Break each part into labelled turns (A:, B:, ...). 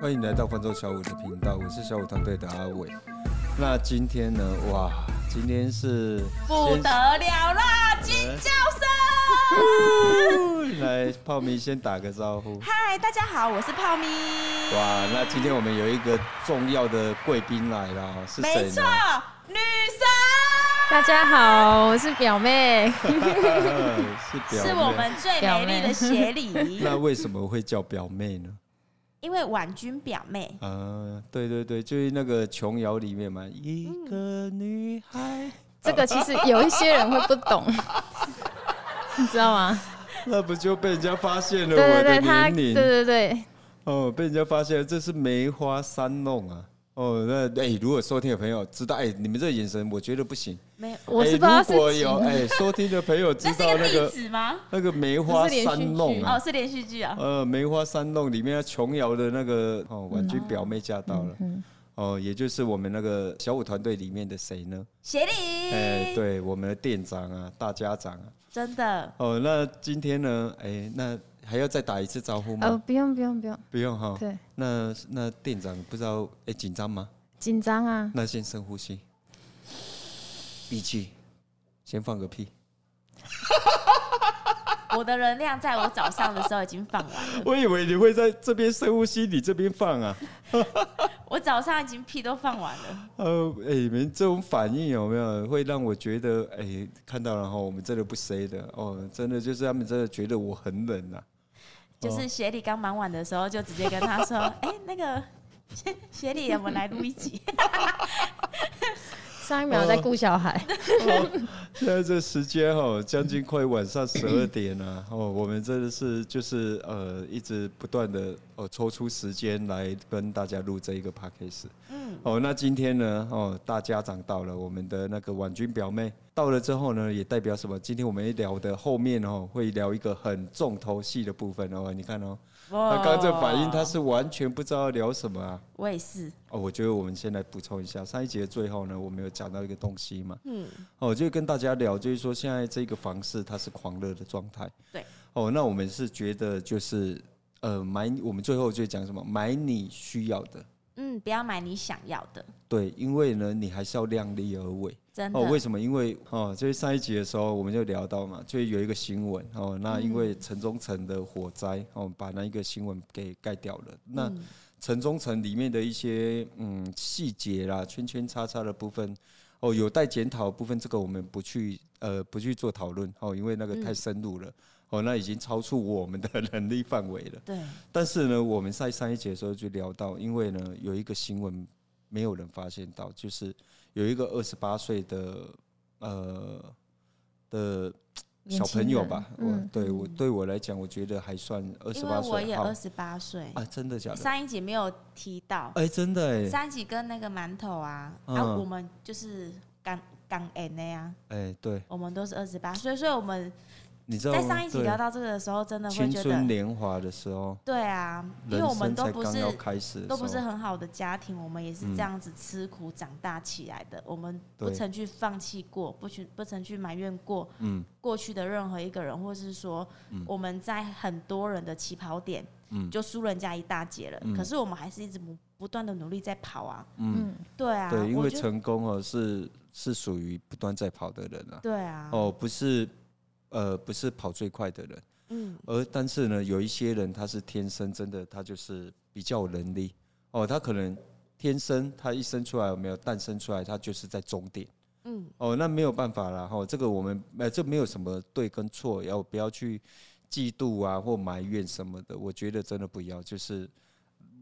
A: 欢迎来到泛舟小五的频道，我是小五团队的阿伟。那今天呢？哇，今天是
B: 不
A: 先
B: 得了啦！尖叫
A: 嗯
B: 声！
A: 来泡米先打个招呼。
B: 嗨，大家好，我是泡咪。
A: 哇，那今天我们有一个重要的贵宾来了，是谁
B: 没
A: 呢？
B: 错，女神
C: 大家好，我是 表妹。
A: 啊是表妹。
B: 是我们最美丽的协理，
A: 那为什么会叫表妹呢？
B: 因为婉君表妹。
A: 啊，对对对，就是那个琼瑶里面嘛，一个女
B: 嗯
A: 孩，
C: 这个其实有一些人会不 懂，你知道吗？
A: 那不就被人家发现了
C: 对对
A: 我
C: 对，
A: 的
C: 他，
A: 年
C: 对
A: 龄？
C: 对对，
A: 哦，被人家发现了，这是梅花三弄啊！哦，那哎、如果收听的朋友知道，哎、你们这个眼神，我觉得不行。
B: 没有，
C: 我
A: 哎
C: 是不知道
A: 如果
C: 是
A: 有哎、收听的朋友知
B: 那是一
A: 道
B: 个
A: 那
B: 例
A: 个
B: 子吗？
A: 那个梅花三弄
B: 哦，
A: 啊，
B: 是连续剧啊。
A: 呃，梅花三弄里面那琼瑶的那个哦，婉君表妹嫁到了，哦，也就是我们那个小五团队里面的谁呢？
B: 协
A: 哎、
B: 理，
A: 对，我们的店长啊，大家长啊，
B: 真的
A: 哦，那今天呢，哎、那还要再打一次招呼吗？
C: 呃，不用不用不用，
A: 不用哈。
C: 对，
A: 那那店长不知道哎紧张吗？
C: 紧张啊，
A: 那先深呼吸，闭气，先放个屁。
B: 我的能量在我早上的时候已经放完了，
A: 我以为你会在这边深呼吸，你这边放啊。
B: 我早上已经屁都放完了。
A: 呃，哎、你们这种反应有没有会让我觉得，哎、看到了哈，我们真的不 say 的哦，真的就是他们真的觉得我很冷啊。
B: 就是协理刚忙完的时候，就直接 跟他说：“哎、那个协协理，我们来录一集。
C: 上一秒在顾小孩，
A: 哦现在这时间哦，将近快晚上十二点了、哦，我们真的是就是呃，一直不断的哦抽出时间来跟大家录这一个 p a c k a g e 嗯，哦，那今天呢，哦，大家长到了，我们的那个婉君表妹到了之后呢，也代表什么？今天我们一聊的后面哦，会聊一个很重头戏的部分哦。你看哦，”
B: 哇
A: 他刚刚这反应，他是完全不知道要聊什么啊。
B: 哦我也是，
A: 哦，我觉得我们先来补充一下，上一节最后呢，我们有讲到一个东西嘛，嗯，哦，就跟大家聊，就是说现在这个房市它是狂热的状态，
B: 对，
A: 哦，那我们是觉得就是呃买，我们最后就讲什么买你需要的，
B: 嗯，不要买你想要的，
A: 对，因为呢你还是要量力而为，
B: 真的。
A: 哦，为什么？因为哦，就是上一集的时候我们就聊到嘛，就有一个新闻哦，那因
B: 嗯
A: 为城中城的火灾哦，把那一个新闻给盖掉了。那
B: 嗯
A: 城中城里面的一些嗯细节啦、圈圈叉叉的部分哦，有待检讨的部分，这个我们不去呃不去做讨论哦，因为那个
B: 嗯
A: 太深入了、哦，那已经超出我们的 能力范围了。
B: 对，
A: 但是呢，我们在上一节的时候就聊到，因为呢有一个新闻没有人发现到，就是有一个二十八岁的呃的
C: 年
A: 小
C: 轻
A: 朋友吧，
C: 人
A: 我
C: 嗯
A: 对我对我来讲，我觉得还算二十
B: 因为
A: 八
B: 我
A: 岁
B: 也
A: 好
B: 二十八岁，
A: 啊，真的假的？
B: 上一集没有提到，
A: 哎，真的哎
B: 上一集跟那个馒头啊，
A: 嗯
B: 啊，我们就是刚刚 N 的呀，
A: 哎，对，
B: 我们都是二十八岁，所以我们
A: 你知道
B: 在
A: 吗
B: 上一集
A: 对
B: 聊到这个的时候，真的会
A: 青
B: 觉
A: 春
B: 得，
A: 年华的时候，
B: 对啊，因为
A: 人
B: 我们
A: 生
B: 都
A: 才
B: 不
A: 刚
B: 是
A: 要开始的时候，嗯
B: 都不是很好的家庭，我们也是这样子吃苦长大起来的。我们
A: 对
B: 不曾去放弃过，不去不曾去埋怨过，
A: 嗯
B: 过去的任何一个人，或是说我们在很多人的起跑点，
A: 嗯
B: 就输人家一大截了。可是我们还是一直不不断的努力在跑啊，
A: 嗯，
B: 对啊，
A: 对，因
B: 我
A: 为
B: 就
A: 成功哦是是属于不断在跑的人啊，
B: 对啊，
A: 哦，不是呃不是跑最快的人。
B: 嗯，
A: 而但是呢，有一些人他是天生真的，他就是比较有能力哦，他可能天生他一生出来有没有诞生出来，他就是在终点。
B: 嗯，
A: 哦，那没有办法啦，哈、这个我们呃，这没有什么对跟错，要不要去嫉妒啊或埋怨什么的，我觉得真的不要，就是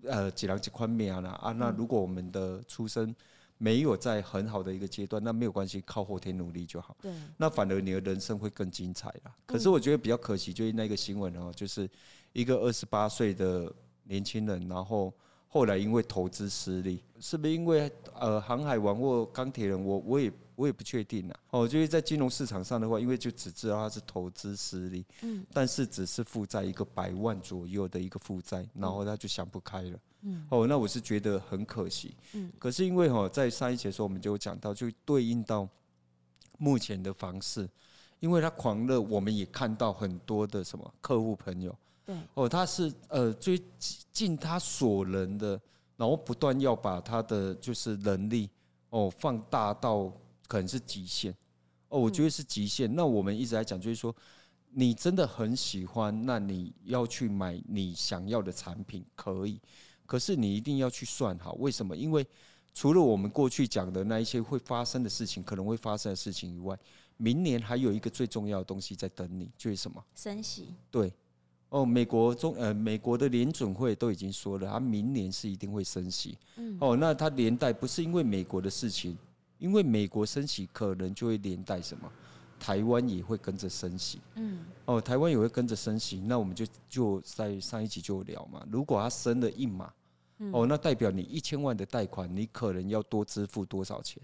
A: 呃，几狼几宽面啊啦啊，
B: 嗯
A: 那如果我们的出身没有在很好的一个阶段，那没有关系，靠后天努力就好。
B: 对，
A: 那反而你的人生会更精彩啦。可是我觉得比较可惜，就是那个新闻哦，就是一个二十八岁的年轻人，然后后来因为投资失利，是不是因为呃航海王或钢铁人？我我也我也不确定啊。哦，就是在金融市场上的话，因为就只知道他是投资失利，嗯，但是只是负债一个百万左右的一个负债，然后他就想不开了。嗯，哦，那我是觉得很可惜。嗯，可是因为哦，在上一节的时候我们就有讲到，就对应到。目前的房市，因为它狂热，我们也看到很多的什么客户朋友，
B: 对，
A: 哦，他是呃最尽他所能的，然后不断要把他的就是能力哦放大到可能是极限。哦，我觉得是极限。那我们一直在讲，就是说，你真的很喜欢，那你要去买你想要的产品，可以。可是你一定要去算好，为什么？因为除了我们过去讲的那一些会发生的事情，可能会发生的事情以外，明年还有一个最重要的东西在等你，就是什么？
B: 升息，
A: 对，哦，美国中呃，美国的联准会都已经说了，它明年是一定会升息。哦，那它连带不是因为美国的事情，因为美国升息可能就会连带什么，台湾也会跟着升息。
B: 嗯，
A: 哦，台湾也会跟着升息，那我们就就在上一集就有聊嘛。如果它升了一码，
B: 嗯
A: 哦，那代表你一千万的贷款，你可能要多支付多少钱？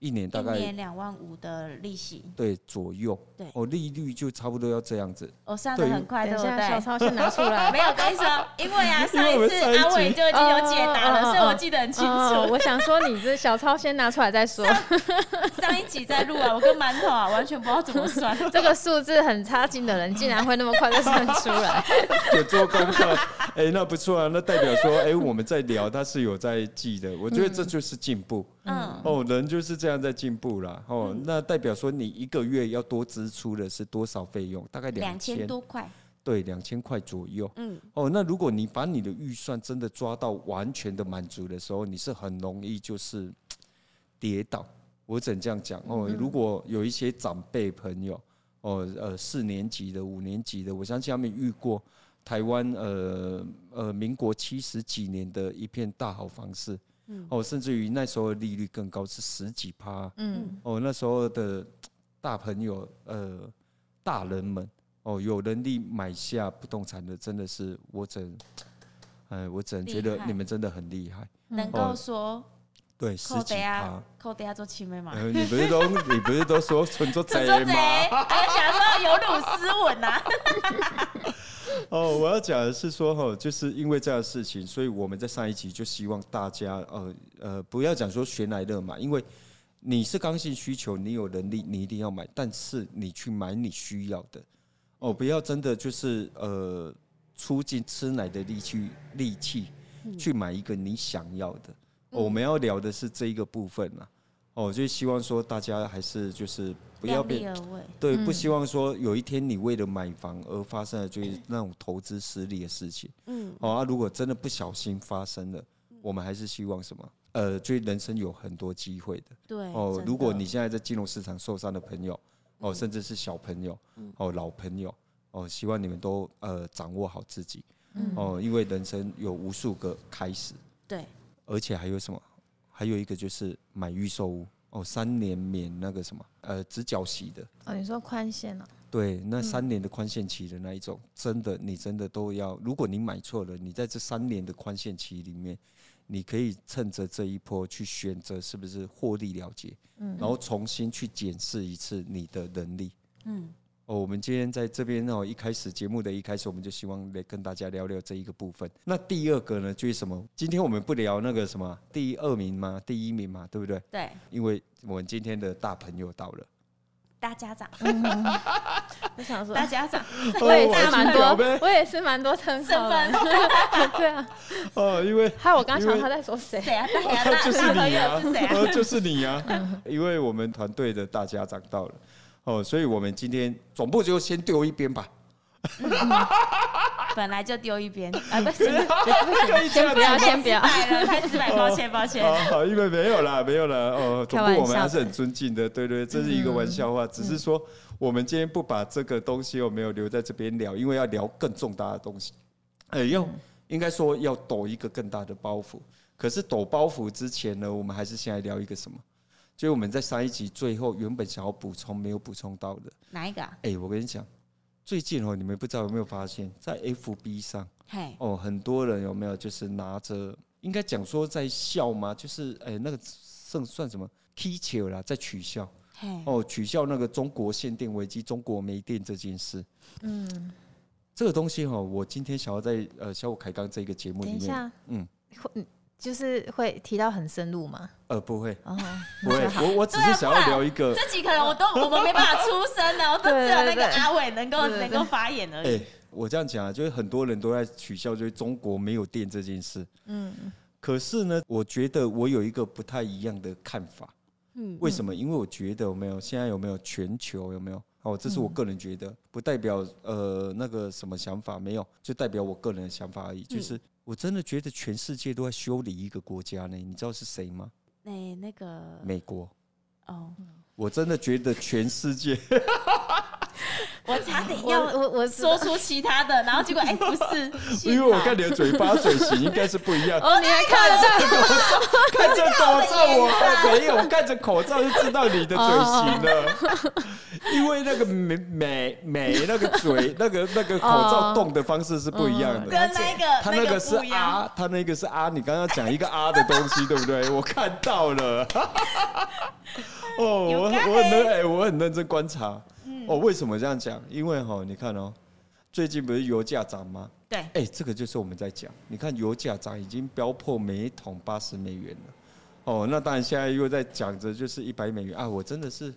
A: 一年
B: 一
A: 大概
B: 年两万五的利息，
A: 对左右，
B: 对
A: 哦，利率就差不多要这样子。
B: 我哦算的
A: 对于
B: 很快，
C: 等
B: 对
C: 一
B: 不
C: 下，
B: 对？
C: 小超先拿出 来。
B: 没有，跟你说，因为啊，
A: 因
B: 上
A: 为我
B: 一
A: 们
B: 次
A: 上一集啊
B: 阿伟就已经有解答了，
C: 哦哦哦哦
B: 所以我记得很清
C: 哦，
B: 楚。
C: 我想说你这小超先拿出来再说，
B: 上一集在录啊，我跟馒头啊完全不知道怎么算。
C: 这个数字很差劲的人竟然会那么快就算出 来，
A: 有做功课，哎、那不错啊，那代表说， 哎、我们在聊，他是有在记的，我觉得这就是进步、
B: 嗯，
A: 哦，人就是这样在进步啦，哦，那代表说你一个月要多支出的是多少费用？大概
B: 两
A: 两
B: 千多块，
A: 对，两千块左右。
B: 嗯，
A: 哦，那如果你把你的预算真的抓到完全的满足的时候，你是很容易就是嘖跌倒。我只能这样讲哦。如果有一些长辈朋友，哦呃四年级的、五年级的，我相信他们遇过台湾呃呃民国七十几年的一片大好房市，哦，甚至于那时候的利率更高，是十几趴。
C: 嗯，
A: 哦，那时候的大朋友，呃，大人们，哦，有能力买下不动产的，真的是我真，哎，我真觉
B: 厉
A: 得
B: 害
A: 你们真的很厉害。
B: 能够说
A: 对，嗯十
B: 扣
A: 几
B: 得
A: 趴
B: 啊，，扣得啊做亲妹嘛。
A: 呃，你不是都你不是都说存做
B: 做
A: 贼
B: 做贼，
A: 吗？
B: 哎，想说有辱斯文呐、啊。
A: 哦，我要讲的是说，哈，就是因为这样的事情，所以我们在上一集就希望大家，呃呃，不要讲说悬来乐嘛，因为你是刚性需求，你有能力，你一定要买，但是你去买你需要的，哦，不要真的就是呃，出尽吃奶的力气力气去买一个你想要的。
B: 嗯
A: 哦我们要聊的是这一个部分啦。哦，就希望说大家还是就是 不要
B: 量
A: 被
B: 力而为，
A: 对，不希望说有一天你为了买房而发生了就是那种投资失利的事情。嗯，好、啊，如果真的不小心发生了，
B: 嗯
A: 我们还是希望什么？呃，就是人生有很多机会的。
B: 对
A: 哦
B: 哎真，的嗯
A: 如果你现在在金融市场受伤的朋友，哦，甚至是小朋友，哦，老朋友，哦，希望你们都呃掌握好自己。哦，因为人生有无数个开始，
B: 嗯对
A: 而且还有什么？还有一个就是买预售屋哦，三年免那个什么呃直角息的。
C: 哦，你说宽限啊？
A: 对，那三年的宽限期的那一种，真的你真的都要，如果你买错了，你在这三年的宽限期里面，你可以趁着这一波去选择是不是获利了结，嗯，然后重新去检视一次你的能力。
B: 嗯，
A: 哦，我们今天在这边哦，一开始节目的一开始，我们就希望来跟大家聊聊这一个部分。那第二个呢，就是什么？今天我们不聊那个什么第二名嘛，第一名嘛，对不对？
B: 对，
A: 因为我们今天的大朋友到了。
B: 大家 长，
C: 我想说，
B: 大家长，
C: 我也是蛮
A: 哦我们
C: 多，我也是蛮多称
B: 身
C: 号的
B: 份。
C: 对啊，
A: 哦，因为
C: 还有我刚
A: 因
C: 想
A: 为
C: 他在说谁？
B: 谁啊？大 家长，
A: 就是你啊
B: 大朋友是 谁，啊？
A: 呃，就是你
C: 嗯
A: 啊，因为我们团队的大家长到了，哦，所以我们今天总部就先丢一边 吧，
B: 本来就丢一边啊，不是，
A: 可以这样
C: 不要，先不要。
B: 太直白了，太直白，抱歉，抱歉。
A: 哦，好，因为没有啦，没有啦，哦，总
C: 开玩
A: 部我们
C: 笑嗯
A: 还是很尊敬的，对对，这是一个玩笑话，只是说我们今天不把这个东西我没有留在这边聊，因为要聊更重大的东西，呃，
C: 嗯
A: 要应该说要抖一个更大的包袱，可是抖包袱之前呢，我们还是先来聊一个什么？就是我们在上一集最后原本想要补充没有补充到的，
B: 哪一个啊？
A: 哎、我跟你讲，最近哦，你们不知道有没有发现，在 FB 上
B: 嘿，
A: 哦，很多人有没有就是拿着，应该讲说在笑吗？就是哎、那个算算什么 k 球啦，在取笑
B: 嘿，
A: 哦，取笑那个中国限电危机、中国没电这件事。
C: 嗯，
A: 这个东西哈、哦，我今天想要在呃小五开刚这个节目
C: 等
A: 里
C: 一
A: 面，
C: 下，
A: 嗯，
C: 会就是会提到很深入吗？
A: 呃，不 会，
C: 哦，
A: 不会，我我只
C: 啊
A: 是想要聊一个，
B: 这集可能我都我们没办法出声的，我都只有那
C: 对对
B: 个
C: 对
B: 阿伟能够
C: 对对
B: 能
C: 对
B: 够发言而
A: 哎、
B: 已。
A: 我这样讲啊，就是很多人都在取笑，就是中国没有电这件事。
C: 嗯，
A: 可是呢，我觉得我有一个不太一样的看法。
B: 嗯，
A: 为什么？因为我觉得有没有现在有没有全球有没有
B: 嗯
A: 哦，这是我个人觉得，不代表呃那个什么想法，没有，就代表我个人的想法而
B: 嗯
A: 已。就是我真的觉得全世界都在修理一个国家呢，你知道是谁吗？
B: 那、那个
A: 美国。
B: 哦，
A: 我真的觉得全世 界
B: 我差点
C: 我
B: 要
C: 嗯我我知
B: 说
C: 道
B: 出其他的，然后结果哎、不是，
A: 因
B: 幸
A: 为我
B: 好
A: 看你的嘴巴嘴型应该是不一样。
B: 哦，你还看得到
A: 看着口罩我还没有，我看着口罩就知道你的嘴型了。 因为那个美美美那个嘴那个那个口罩动的方式是不一样的。
B: 哦跟那个
A: 他那个是
B: 不一样，
A: 啊，他那个是啊，你刚刚讲一个啊的东西，对不 对？我看到了。 哦，我我很
B: 欸
A: 认哎，我很认真观察。
B: 嗯
A: 哦，为什么这样讲？因为哈，你看哦，最近不是油价涨吗？
B: 对，
A: 哎、这个就是我们在讲，你看油价涨已经飙破每一桶八十美元了，哦，那当然现在又在讲着就是一百美元啊，我真的是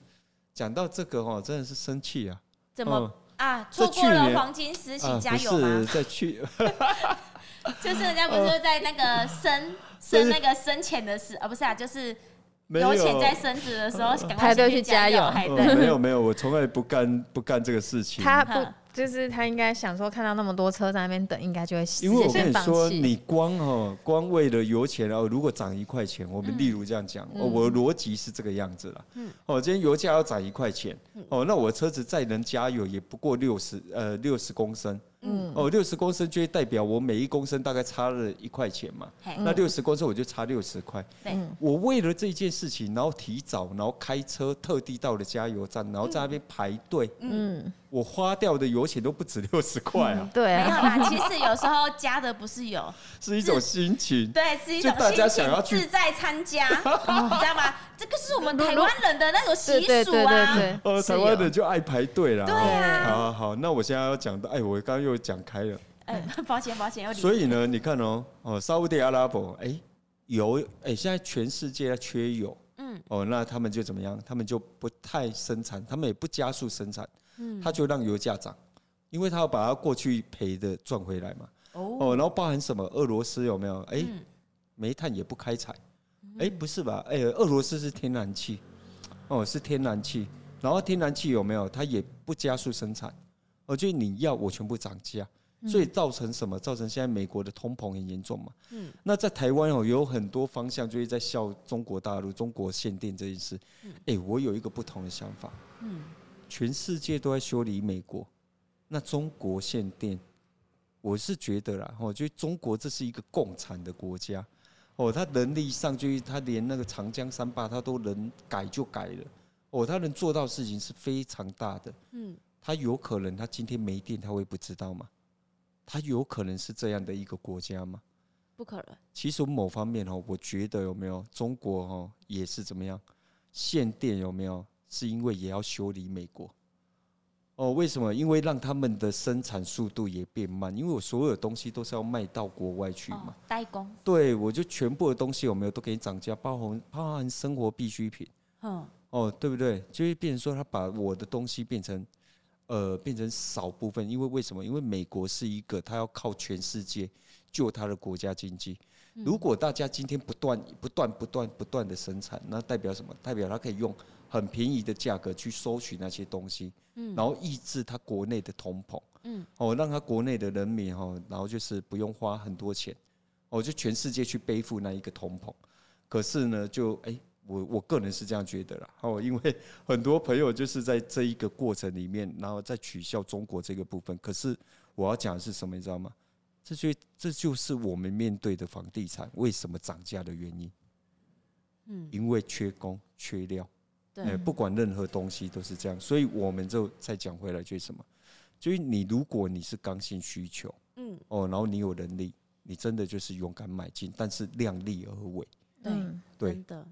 A: 讲到这个哦，真的是生气啊，
B: 怎么、
A: 哦
B: 啊？
A: 这
B: 错
A: 去
B: 过了
A: 年
B: 黄金时期
A: 啊，
B: 加
A: 不
B: 油吗
A: 是？在去，
B: 就是人家不是在那个生
A: 对
B: 生那个生前的时，啊，不是啊，就是
A: 没有
B: 有钱在生子的时候，赶快
C: 排队
B: 先
C: 去加油
B: 还
A: 呃
B: 对，
A: 没有没有，我从来不干不干这个事情，
C: 他
B: 嗯
C: 不就是他应该想说看到那么多车在那边等，应该就会直
A: 因为
C: 接
A: 我跟
C: 先
A: 你
C: 放
A: 说，
C: 弃。
A: 你光哦，光为了油钱哦，如果涨一块钱，我们
C: 嗯
A: 例如这样讲，哦，我的逻辑是这个样子啦。哦，今天油价要涨一块钱，
C: 嗯
A: 哦，那我车子再能加油也不过六十呃六十公升，
C: 嗯
A: 哦，六十公升就会代表我每一公升大概差了一块钱嘛。
B: 嘿
C: 嗯
A: 那六十公升我就差六十块。
B: 对
A: 我为了这件事情，然后提早，然后开车特地到了加油站，然后在那边排队，
C: 嗯，
A: 我花掉的油钱都不止六十块啊，
C: 对
B: 没有
C: 啊，
B: 啦。其实有时候加的不是油，
A: 是一种心情。
B: 对，是一
A: 就
B: 种
A: 大家
B: 心情
A: 想要去
B: 自在参加， 你知道吗？这个是我们
C: 如
B: 台
C: 如
B: 湾人的那种
C: 对
B: 习
C: 对
B: 俗
C: 对对
B: 啊。
C: 对，
A: 呃，
C: 是
A: 台湾
C: 有
A: 人就爱排队啦。哦
B: 对
A: 好
B: 啊，
A: 好好，那我现在要讲到，哎，我刚刚又讲开了，
B: 哎， 抱歉抱歉，有
A: 所
B: 理。
A: 以呢，你看哦，哦，沙烏地阿拉伯，哎，油，哎，现在全世界在缺油，
B: 嗯，
A: 哦，那他们就怎么样？他们就不太生产，他们也不加速生产，嗯，他就让油价涨，因为他要把他过去赔的赚回来嘛。
B: 哦，
A: 哦，然后包含什么？俄罗斯有没有？哎、
B: 嗯
A: 煤炭也不开采。哎、不是吧？哎、俄罗斯是天然气，哦，是天然气。然后天然气有没有？它也不加速生产，哦，就是你要我全部涨价，所以造成什么？造成现在美国的通膨很严重嘛。嗯。那在台湾哦，有很多方向就是在笑中国大陆、中国限电这件事。哎、我有一个不同的想法。
B: 嗯，
A: 全世界都在修理美国，那中国限电，我是觉得啦，我觉得中国这是一个共产的国家，哦，他能力上就是他连那个长江三坝他都能改就改了，哦，他能做到事情是非常大的，
B: 嗯，
A: 他有可能他今天没电他会不知道吗？他有可能是这样的一个国家吗？
B: 不可能。
A: 其实某方面哦，我觉得有没有中国哦也是怎么样限电有没有？是因为也要修理美国哦？为什么？因为让他们的生产速度也变慢，因为我所有东西都是要卖到国外去嘛
B: 哦。，代工，
A: 对，我就全部的东西有没有都给你涨价，包含包含生活必需品
B: 嗯，
A: 哦，对不对？就会变成说他把我的东西变成呃变成少部分，因为为什么？因为美国是一个他要靠全世界救他的国家经济。
B: 嗯
A: 如果大家今天不断、不断、不断、不断的生产，那代表什么？代表他可以用很便宜的价格去收取那些东西，然后抑制他国内的通膨，
B: 嗯
A: 哦，让他国内的人民哦，然后就是不用花很多钱，哦，就全世界去背负那一个通膨。可是呢，就哎、我我个人是这样觉得啦，哦，因为很多朋友就是在这一个过程里面，然后在取笑中国这个部分。可是我要讲的是什么，你知道吗？这就这就是我们面对的房地产为什么涨价的原因。
B: 嗯，
A: 因为缺工缺料，
B: 对
A: 哎不管任何东西都是这样，所以我们就再讲回来，就是什么？就是你如果你是刚性需求，
B: 嗯，
A: 哦，然后你有能力，你真的就是勇敢买进，但是量力而为。
B: 对
C: 嗯
A: 对
B: 真的，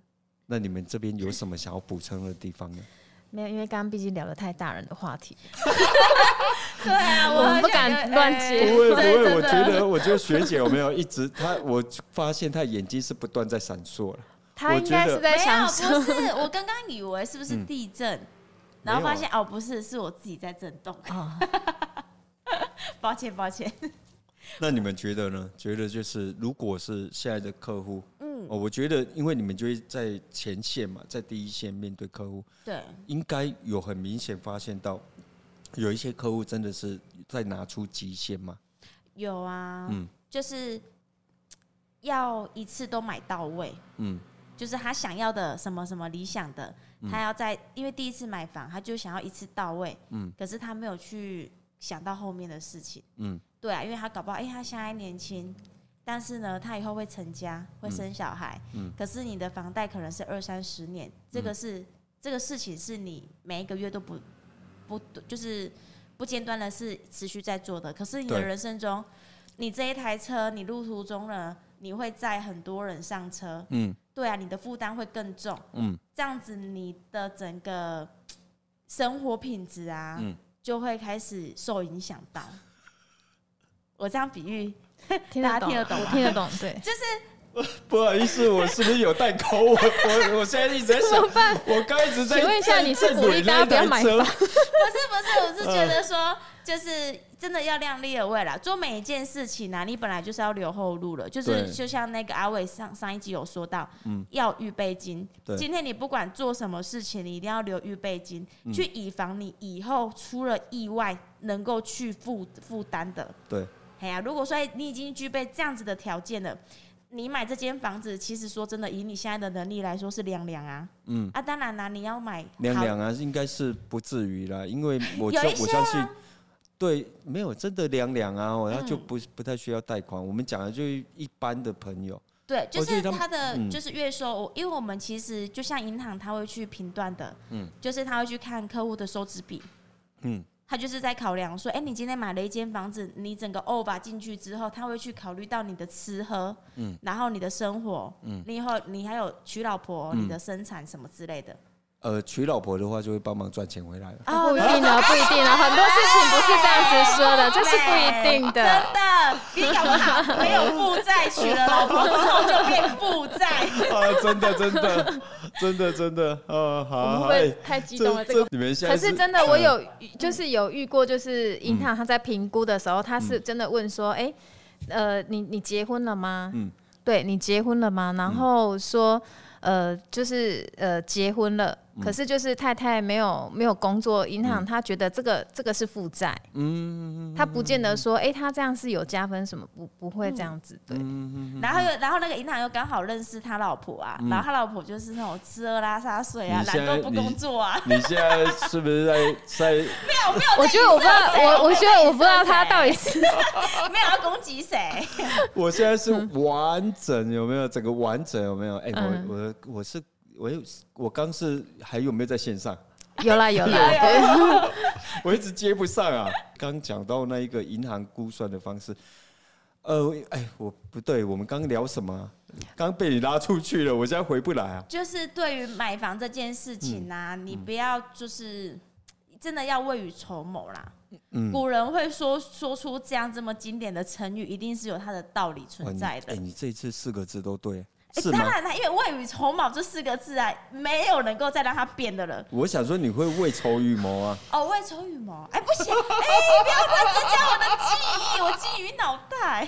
A: 那你们这边有什么想要补充的地方呢？
C: 没有，因为刚刚毕竟聊了太大人的话 题，
B: 对 啊，
C: 我们
B: 好
C: 不
B: 像
C: 敢
B: 有
C: 乱
B: 哎
C: 接
A: 不会不
B: 对
A: 会，
B: 真
A: 我
B: 的
A: 觉得我觉得学姐有没有一直她，我发现她眼睛是不断在闪烁了。
C: 他
A: 我
C: 应
A: 觉
C: 该
A: 得
C: 是在想
B: 没有，
C: 说，
B: 不是，我刚刚以为是不是地震，然后
A: 嗯没有啊哦
B: 发现哦，不是，是我自己在震动，
C: 哦
B: 抱歉抱歉。
A: 那你们觉得呢？觉得就是如果是现在的客户，嗯，哦，我觉得因为你们就会在前线嘛，在第一线面对客户，
B: 对，
A: 应该有很明显发现到，有一些客户真的是在拿出极限嘛。
B: 有啊，
A: 嗯
B: 就是要一次都买到位，
A: 嗯，
B: 就是他想要的什么什么理想的，他要在因为第一次买房，他就想要一次到位，
A: 嗯
B: 可是他没有去想到后面的事情，
A: 嗯，
B: 对啊，因为他搞不好，哎、他现在年轻，但是呢，他以后会成家，会生小孩，
A: 嗯
B: 可是你的房贷可能是二三十年，这个是、这个事情是你每一个月都不不就是不间断的是持续在做的，可是你的
A: 对
B: 人生中，你这一台车，你路途中呢，你会载很多人上车，
A: 嗯，
B: 对啊，你的负担会更重，
A: 嗯，
B: 这样子你的整个生活品质啊，
A: 嗯
B: 就会开始受影响到。我这样比 喻，
C: 听
B: 大
C: 得
B: 家
C: 懂，
B: 听得懂
C: 我
B: 吗
C: 听得懂，对，
A: 不好意思，我是不是有带口吻？我我现在一直在 想，我刚一直在。
C: 请问一下你是鼓励大家不要买
A: 车？
B: 不是不是，我是觉
A: 嗯
B: 得说，就是真的要量力而为啦。做每一件事情啊，你本来就是要留后路了，就是
A: 对嗯
B: 就像那个阿伟上上一集有说到，要预备金。
A: 对
B: 今天你不管做什么事情，你一定要留预备金，
A: 嗯
B: 去以防你以后出了意外能够去负负担的。
A: 对，
B: 哎呀、如果说你已经具备这样子的条件了，你买这间房子，其实说真的，以你现在的能力来说是凉凉啊。
A: 嗯
B: 啊，当然啦、你要买
A: 凉
B: 好
A: 凉啊，应该是不至于啦，因为我
B: 有
A: 相
B: 一些啊
A: 我相信，对，没有真的凉凉啊，哦那就
B: 嗯
A: 不不太需要贷款。我们讲的就是一般的朋友，
B: 对，就
A: 我
B: 是
A: 记得他
B: 他的
A: 嗯
B: 就是月收，我因为我们其实就像银行，他会去评断的，嗯，就是他会去看客户的收支比，
A: 嗯，
B: 他就是在考量说，哎、你今天买了一间房子，你整个 o v 进去之后，他会去考虑到你的吃喝，嗯，然后你的生活，嗯，你以后你还有娶老婆，
A: 嗯
B: 你的生产什么之类的，
A: 呃，娶老婆的话就会帮忙赚钱回 来了。
C: 不一定哦的，不一定的，很多事情不是这样子说的，这是不一定
A: 啊
C: 的。
B: 哦真的，你搞不好没有负债，娶了老婆之后就变负债。
A: 啊，真的真的真的真的，呃，好
C: 我
A: 啊，
C: 们会不会
A: 哎
C: 太激动了？
A: 这
C: 这个
A: 这你嗯们现
C: 可
A: 在
C: 是真的，我有遇就是有遇过，就是
A: 嗯
C: 银行他在评估的时候，他是真的问说，哎、呃，你你结婚了吗？
A: 嗯
C: 对你结婚了吗？然后说，呃，就是呃结婚了，
A: 嗯
C: 可是就是太太没有没有工作，银行他觉得这个这个是负债，
A: 嗯，
C: 他不见得说，哎、他这样是有加分什么，不不会这样子，对，
B: 然后又，然后那个银行又刚好认识他老婆啊，
C: 嗯
B: 然后他老婆就是那种吃喝拉撒睡啊，
A: 你
B: 懒
A: 现在
B: 惰不工作啊，
A: 你现在是不是在在
C: 我觉得我不知道，我我觉得我不知道他到底 是
B: 没有要攻击谁，
A: 我现在是
B: 嗯
A: 完整有没有？整个完整有没有？哎、
C: 嗯
A: 我我我是我有我刚是还有没有在线上？
C: 有啦有啦，
B: 有
C: 对。
A: 我一直接不上啊。刚讲到那一个银行估算的方式，呃，哎、我不对，我们刚聊什么啊？刚被你拉出去了，我现在回不来啊。
B: 就是对于买房这件事情啊，
C: 嗯
B: 你不要就是真的要未雨绸缪啦。
A: 嗯
B: 古人会说说出这样这么经典的成语，一定是有它的道理
A: 哇
B: 存
A: 你
B: 在
A: 哎、
B: 的。
A: 你这一次四个字都对，
B: 哎
A: 是
B: 当
A: 吗？
B: 然啦，因为未雨绸缪这四个字啊，没有能够再让它变的了。
A: 我想说你会未仇预谋啊。
B: 哦，未抽羽毛，哎、不行，哎、不要乱增加我的记忆，我金鱼脑袋，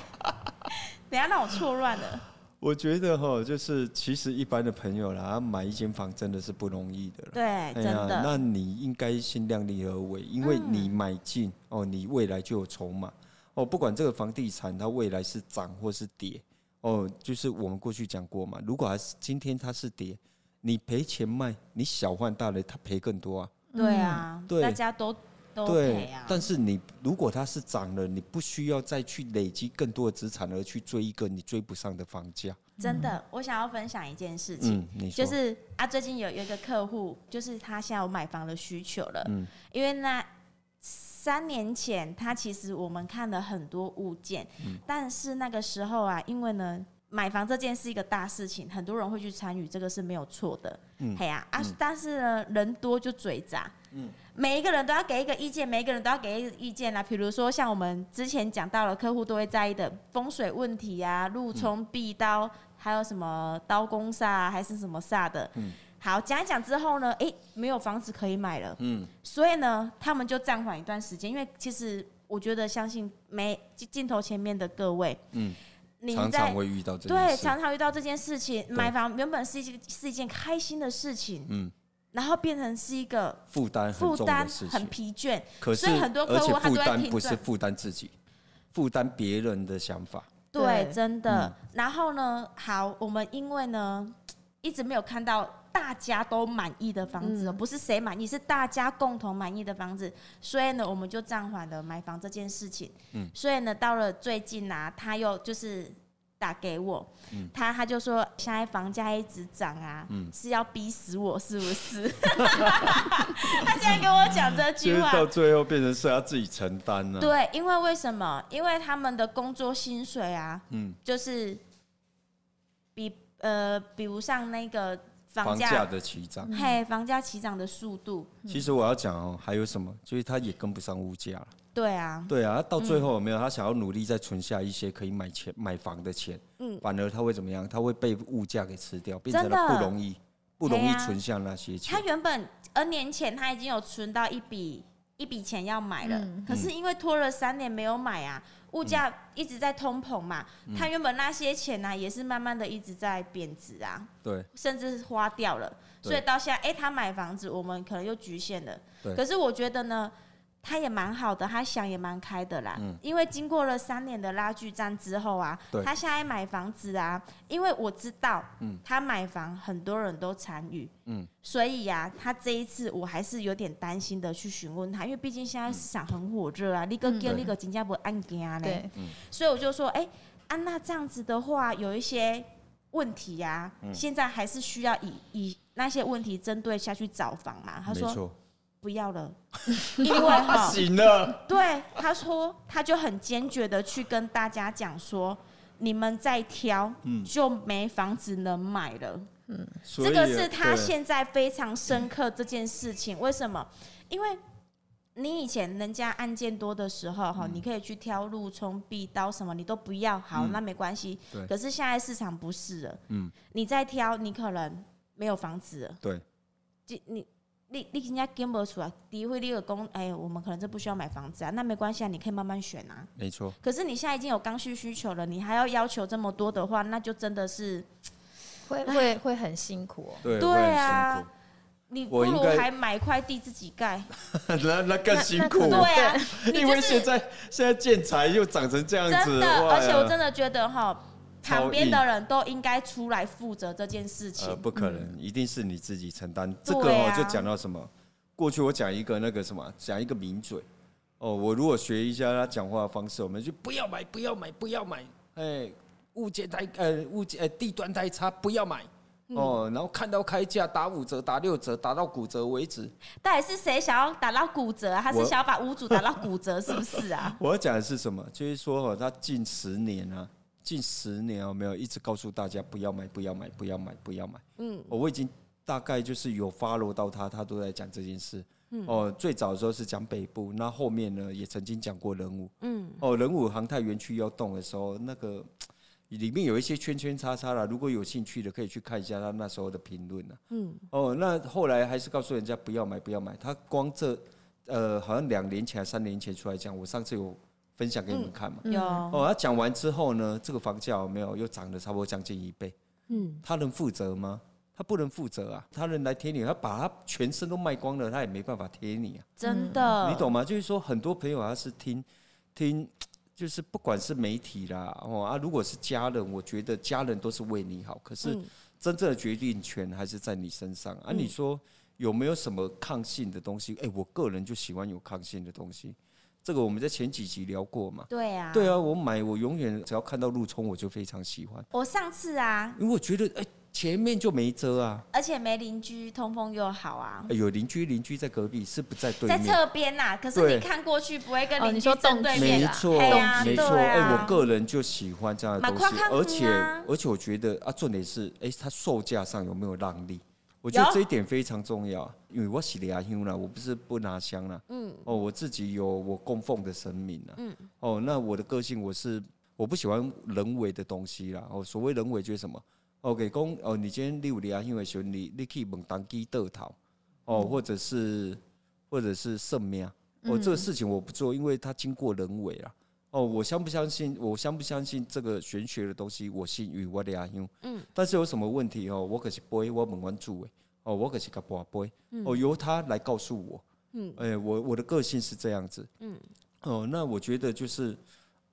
B: 等一下让我错乱了。
A: 我觉得哈，就是其实一般的朋友啦，他买一间房真的是不容易的啦。
B: 对，
A: 哎
B: 真
A: 呀，
B: 的，嗯
A: 那你应该先量力而为，因为你买进、哦，你未来就有筹码哦。不管这个房地产它未来是涨或是跌哦，就是我们过去讲过嘛，如果还是今天它是跌，你赔钱卖，你小换大的，它赔更多啊。
B: 对啊，
A: 对
B: 大家都都
A: 对
B: 赔啊，
A: 但是你如果它是涨了，你不需要再去累积更多的资产而去追一个你追不上的房价。
B: 真的，我想要分享一件事情。
A: 嗯，你说，
B: 就是啊，最近有有一个客户，就是他现在有买房的需求了，
A: 嗯
B: 因为那三年前他其实我们看了很多物件，
A: 嗯
B: 但是那个时候啊，因为呢买房这件是一个大事情，很多人会去参与，这个是没有错的，
A: 嗯
B: 嘿呀啊，但是呢人多就嘴杂，每一个人都要给一个意见，每一个人都要给一个意见啦。啊比如说像我们之前讲到了，客户都会在意的风水问题啊、路冲、壁刀，还有什么刀工煞、啊、还是什么煞的。
A: 嗯
B: 好，讲一讲之后呢，诶，没有房子可以买了，
A: 嗯
B: 所以呢，他们就暂缓一段时间，因为其实我觉得相信没镜头前面的各位，
A: 嗯，
B: 你
A: 常
B: 在
A: 常会遇到这件
B: 对
A: 事。
B: 常常遇到这件事情，买房原本是一件是一件开心的事情，
A: 嗯，
B: 然后变成是一个
A: 负担很
B: 负
A: 重的
B: 担
A: 事
B: 很
A: 情，
B: 疲倦，
A: 可是
B: 所以很多客
A: 而且
B: 户他
A: 负
B: 都在
A: 担
B: 停
A: 不是
B: 顿
A: 负担自己，负担别人的想法。
B: 对，
C: 对
B: 真
A: 嗯
B: 的。然后呢，好，我们因为呢一直没有看到大家都满意的房子哦，
C: 嗯
B: 不是谁满意，是大家共同满意的房子，所以呢，我们就暂缓了买房这件事情。
A: 嗯
B: 所以呢，到了最近啊，他又就是。打给我，
A: 嗯
B: 他他就说现在房价一直涨啊，
A: 嗯
B: 是要逼死我是不是？ 他竟然跟我讲这
A: 就
B: 句
A: 是
B: 话，
A: 到最后变成是他自己承担啊了、
B: 啊对，因为为什么？因为他们的工作薪水啊，
A: 嗯，
B: 就是比呃比不上那个房
A: 房
B: 价，
A: 价的起涨。
B: 嘿，房价起涨的速度。
A: 其实我要讲哦，还有什么？就是他也跟不上物价了。
B: 对啊，
A: 对啊，到最后有没有他想要努力再存下一些可以买钱买房的钱，
B: 嗯
A: 反而他会怎么样？他会被物价给吃掉，变成
B: 真的
A: 了不容易，不容
B: 哎
A: 易
B: 呀
A: 存下那些钱
B: 他。原本 N 年前他已经有存到一笔一笔钱要买了，
C: 嗯
B: 可是因为拖了三年没有买啊，物
A: 嗯
B: 价一直在通膨嘛，他原本那些钱呢、也是慢慢的一直在贬值啊。
A: 对，
B: 甚至是花掉了，
A: 对
B: 所以到现在，哎、他买房子，我们可能又局限了
A: 对。
B: 可是我觉得呢，他也蛮好的，他想也蛮开的啦。
A: 嗯
B: 因为经过了三年的拉锯战之后啊
A: 对，
B: 他现在买房子啊，因为我知道，
A: 嗯
B: 他买房很多人都参与，
A: 嗯
B: 所以呀、他这一次我还是有点担心的去询问他，因为毕竟现在市场很火热啊，你个
C: 嗯
B: 叫
A: 对
B: 你个金价不按价呢。
C: 对，
B: 所以我就说，哎、安娜这样子的话，有一些问题呀、
A: 嗯
B: 现在还是需要以以那些问题针对下去找房嘛。他
A: 没
B: 说哦
A: 错，
B: 不要了，因为哈，
A: 醒了，
B: 对，他说他就很坚决的去跟大家讲说。你们再挑，
A: 嗯
B: 就没房子能买了。
A: 所
B: 这
A: 以
B: 个是他
A: 对
B: 现在非常深刻这件事情。为什么？因为你以前人家案件多的时候，
A: 嗯
B: 哈、你可以去挑路冲、壁刀什么，你都不要，好，那没关系
A: 对。
B: 可是现在市场不是了，
A: 嗯
B: 你再挑，你可能没有房子了。
A: 对
B: 你你你你人家 g a m 出来，诋毁你的工，哎，我们可能这不需要买房子啊，那没关系啊，你可以慢慢选啊。
A: 没错，
B: 可是你现在已经有刚需需求了，你还要要求这么多的话，那就真的是
C: 会会会很辛苦哦。
A: 对
B: 对
A: 我很
B: 啊
A: 辛苦
B: 你不
A: 我应
B: 如
A: 该
B: 还买块地自己 盖。
A: 那那更
C: 那
A: 辛
C: 那
A: 苦，
C: 可能
B: 对啊，
A: 因为
B: 就是
A: 现在现在建材又长成这样
B: 真
A: 子，
B: 的，
A: 哇
B: 而且我真的觉得哈，
A: 超
B: 旁边
A: 硬
B: 的人都应该出来负责这件事情
A: 呃，。不可能，一定是你自己承担。这个
B: 嗯对
A: 哦
B: 啊，
A: 就讲到什么？过去我讲一个那个什么，讲一个名嘴哦，我如果学一下他讲话的方式，我们就不要买，不要买，不要买，哎，物件太呃物件呃地段太差，不要买。
B: 嗯
A: 哦，然后看到开价打五折、打六折、打到骨折为止。
B: 到底是谁想要打到骨折、啊？他是
A: 我？
B: 想要把屋主打到骨折，是不是 啊
A: 我要讲的是什么？就是说哦，他近十年啊，近十年哦有没有一直告诉大家不要买，不要买，不要买，不要买。
B: 嗯，
A: 哦我已经大概就是有 follow 到他，他都在讲这件事。
B: 嗯
A: 哦，最早的时候是讲北部，那后面呢也曾经讲过人武。
B: 嗯，
A: 哦，人武航太园区要动的时候，那个里面有一些圈圈叉叉啦，如果有兴趣的可以去看一下他那时候的评论啊。
B: 嗯，
A: 哦，那后来还是告诉人家不要买，不要买。他光这呃，好像两年前、三年前出来讲，我上次有分享给
B: 嗯
A: 你们看嘛。
B: 有，
A: 哦，他讲完之后呢，这个房价有没有又涨了差不多将近一倍？
B: 嗯，
A: 他能负责吗？他不能负责啊！他人来贴你，他把他全身都卖光了，他也没办法贴你啊！
B: 真的，
A: 你懂吗？就是说，很多朋友他是听听，就是不管是媒体啦，哦啊，如果是家人，我觉得家人都是为你好，可是
B: 嗯
A: 真正的决定权还是在你身上啊！你说有没有什么抗性的东西？哎、我个人就喜欢有抗性的东西，这个我们在前几集聊过嘛。
B: 对啊，
A: 对啊，我买我永远只要看到路冲我就非常喜欢，
B: 我上次啊，
A: 因为我觉得哎、前面就没遮啊。
B: 而且没邻居，通风又好啊。
A: 哎有邻居，邻居在隔壁，是不在对
B: 在
A: 面。
B: 侧边呐，可是你
A: 对
B: 看过去不会跟
C: 哦
B: 邻
C: 你
B: 居
C: 说
B: 正
C: 动
B: 对
C: 区
B: 面
A: 没
C: 啊
A: 错，
B: 对啊
A: 没错。
B: 对
A: 哎、
B: 啊
A: 我个人就喜欢这样的
B: 蛮
A: 东
B: 夸
A: 西，
B: 张的
A: 而且
B: 啊
A: 而且我觉得啊，重点是，哎、它售价上有没有让利？我觉得
B: 有
A: 这一点非常重要，因为我喜的阿香啦，我不是不拿香啦，嗯，哦，我自己有我供奉的神明啦，嗯，哦，那我的个性我是我不喜欢人为的东西啦，哦，所谓人为就是什么？哦，给公哦，你今天六的因为嗯选你，你可以猛当机得逃，哦，或者是或者是圣命，哦，这个事情我不做，因为它经过人为啦。哦，我相不相信？我相不相信这个玄学的东西？我信与我的阿兄。嗯。但是有什么问题哦？我可是不会，我问完主诶。哦，我可是个不会。哦，由他来告诉我。嗯。哎、我我的个性是这样子。嗯。哦，那我觉得就是，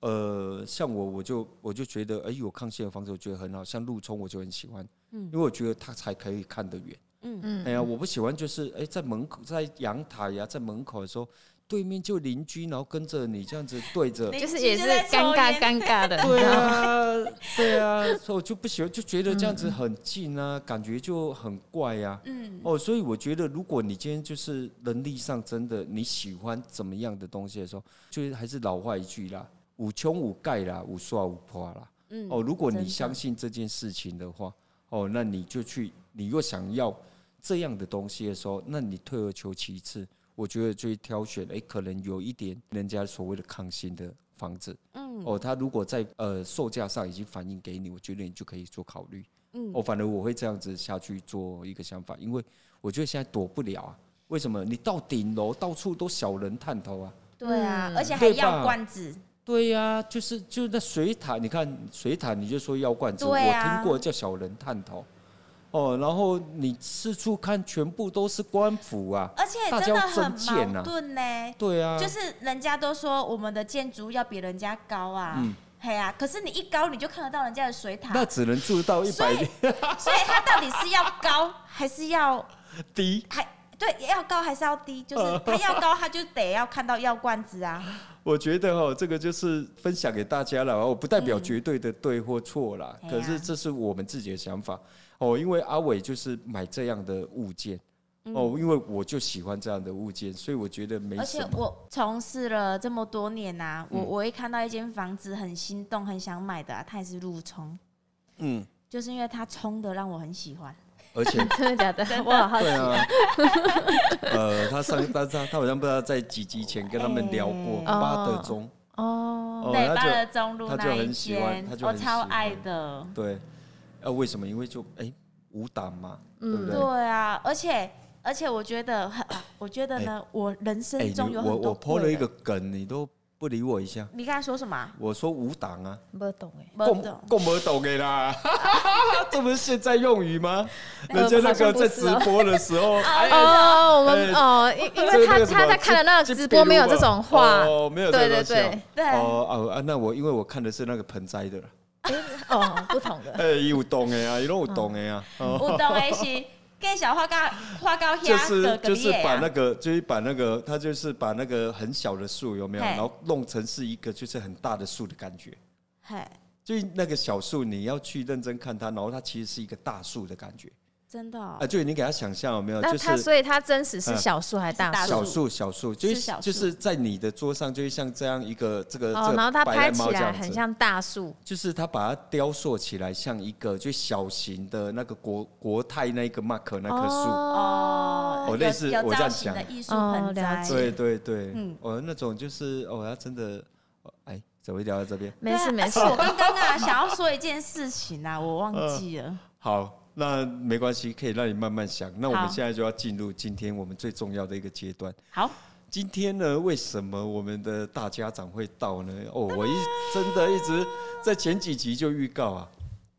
A: 呃，像我我就我就觉得，哎、有抗性的方式我觉得很好，像陆冲我就很喜欢，嗯，因为我觉得他才可以看得远。
C: 嗯
A: 哎呀，我不喜欢就是哎、在门口，在阳台呀、在门口的时候，对面就邻居，然后跟着你这样子对着。
B: 邻
C: 就是
B: 居
C: 也是
B: 在抽
C: 尴尬
B: 烟
C: 尴尬的，
A: 对啊，对啊，所以我就不喜欢，就觉得这样子很近啊，感觉就很怪呀、
B: 嗯
A: 哦，所以我觉得，如果你今天就是能力上真的你喜欢怎么样的东西的时候，就是还是老话一句啦，五穷五盖啦，五刷五破啦。
B: 嗯
A: 哦，如果
B: 真
A: 你
B: 的
A: 相信这件事情的话，哦，那你就去，你又想要这样的东西的时候，那你退而求其次，我觉得就去挑选，诶，可能有一点人家所谓的抗性的房子。
B: 嗯
A: 哦，他如果在呃售价上已经反映给你，我觉得你就可以做考虑。
B: 嗯
A: 哦，反而我会这样子下去做一个想法，因为我觉得现在躲不了啊。为什么？你到顶楼到处都小人探头啊。
B: 对啊，而且还
A: 对
B: 要
A: 吧
B: 罐子，
A: 对呀、就是就那水塔，你看水塔，你就说妖怪子，
B: 对啊
A: 我听过叫小人探头。哦，然后你四处看，全部都是官府啊。
B: 而且
A: 大
B: 真的
A: 家要
B: 很
A: 增建
B: 矛
A: 啊
B: 盾呢。
A: 对啊，
B: 就是人家都说我们的建筑要比人家高啊，
A: 嗯
B: 嘿啊，可是你一高你就看得到人家的水塔，
A: 那只能住到一
B: 所
A: 百
B: 以所以它到底是要高还是要
A: 低。
B: 还对要高还是要低？
A: 嗯
B: 就是它要高，它就得要看到药罐子啊。
A: 我觉得哦，这个就是分享给大家了，我哦不代表绝对的对或错啦，
B: 嗯哎
A: 可
B: 呀
A: 是这是我们自己的想法哦。因为阿伟就是买这样的物件、
B: 嗯
A: 哦，因为我就喜欢这样的物件，所以我觉得 没嗯
B: 而
A: 什
B: 且
A: 么。
B: 我从事了这么多年呐、我我一看到一间房子很心动、很想买的、啊，它也是路冲，
A: 嗯，
B: 就是因为它冲的让我很喜欢。
A: 而 且
C: 真的假的？我好好奇
A: 对啊， 呃，他上他他他好像不知道在几集前跟他们聊过
B: 哎
A: 巴德钟，
C: 哦，
A: 哦，
B: 对，
A: 他
B: 八
A: 就
B: 乐中路
A: 他就
B: 那一
A: 很喜欢
B: 间
A: 他，就
B: 我
A: 很
B: 超
A: 喜
B: 爱
A: 欢
B: 的。
A: 对，呃，为什么？因为就哎武打嘛，对不对？
B: 对啊，而且而且我觉得 很，我觉得呢，我人生
A: 哎，
B: 中
A: 你
B: 有
A: 我
B: 很多啊
A: 我抛了
B: 贵
A: 一
B: 人
A: 个，梗，你都不理我一下。
B: 你刚才说什么啊？
A: 我说五档啊，
C: 不懂哎，
B: 不
A: 共
B: 懂，
A: 共不懂的 啦，这不是现在用语吗？
C: 那
A: 人家
C: 个
A: 那
C: 哎好像
A: 个
C: 不
A: 在
C: 是
A: 直
C: 哦
A: 播的时 候，哎
C: 哦，我们
A: 哎
C: 哦，因因
A: 这那
C: 为他
A: 个什么
C: 他在看的那个
A: 金
C: 直播没有这种
A: 金
C: 话
A: 笔录啊，哦，没有这
C: 对
A: 个
C: 对
A: 东西哦
C: 对，
B: 对，
A: 哦哦啊，那我因为我看的是那个盆栽的啦，
C: 哦，不同的，
A: 哎，伊有懂的啊，伊拢有懂的啊，
C: 嗯
A: 哦，
B: 我懂的是 跟小花高花高
A: 就
B: 虾哥
A: 是
B: 哥
A: 就是
B: 耶
A: 把那
B: 啊，
A: 个就是把那个他就是把那个很小的树有没有，
B: 嘿
A: 然后弄成是一个就是很大的树的感觉，
B: 嘿，
A: 就是那个小树你要去认真看它，然后它其实是一个大树的感觉
B: 真的哦
A: 啊，，就是你给它想象有没有，
C: 那
A: 就
C: 他
A: 是
C: 所以他真实是小树还是大
B: 是
C: 树？
A: 小树小树，就是
B: 小树
A: 就是在你的桌上，就是像这样一个这个
C: 哦
A: 这，个
C: 然后他
A: 白
C: 拍
A: 兰
C: 起
A: 猫这
C: 来
A: 样
C: 很
A: 子
C: 像大树，
A: 就是他把它雕塑起来，像一个就小型的那个国国泰那一个 mark 那棵树，哦
B: 哦有
A: 类似
B: 有
A: 我这
B: 造
A: 样
B: 型的
A: 讲
B: 艺术盆
C: 哦
B: 栽
C: 了，解
A: 对对对，
B: 嗯
A: 哦那种就是哦，他真的，哦哎，怎么会聊到这边？
C: 没事
B: 对啊
C: 没事
B: 而且，我刚刚啊想要说一件事情啊，我忘记
A: 嗯
B: 了，
A: 好，那没关系，可以让你慢慢想。那我
B: 好
A: 们现在就要进入今天我们最重要的一个阶段。
B: 好，
A: 今天呢，为什么我们的大家长会到呢？哦，我一真的一直在前几集就预告啊。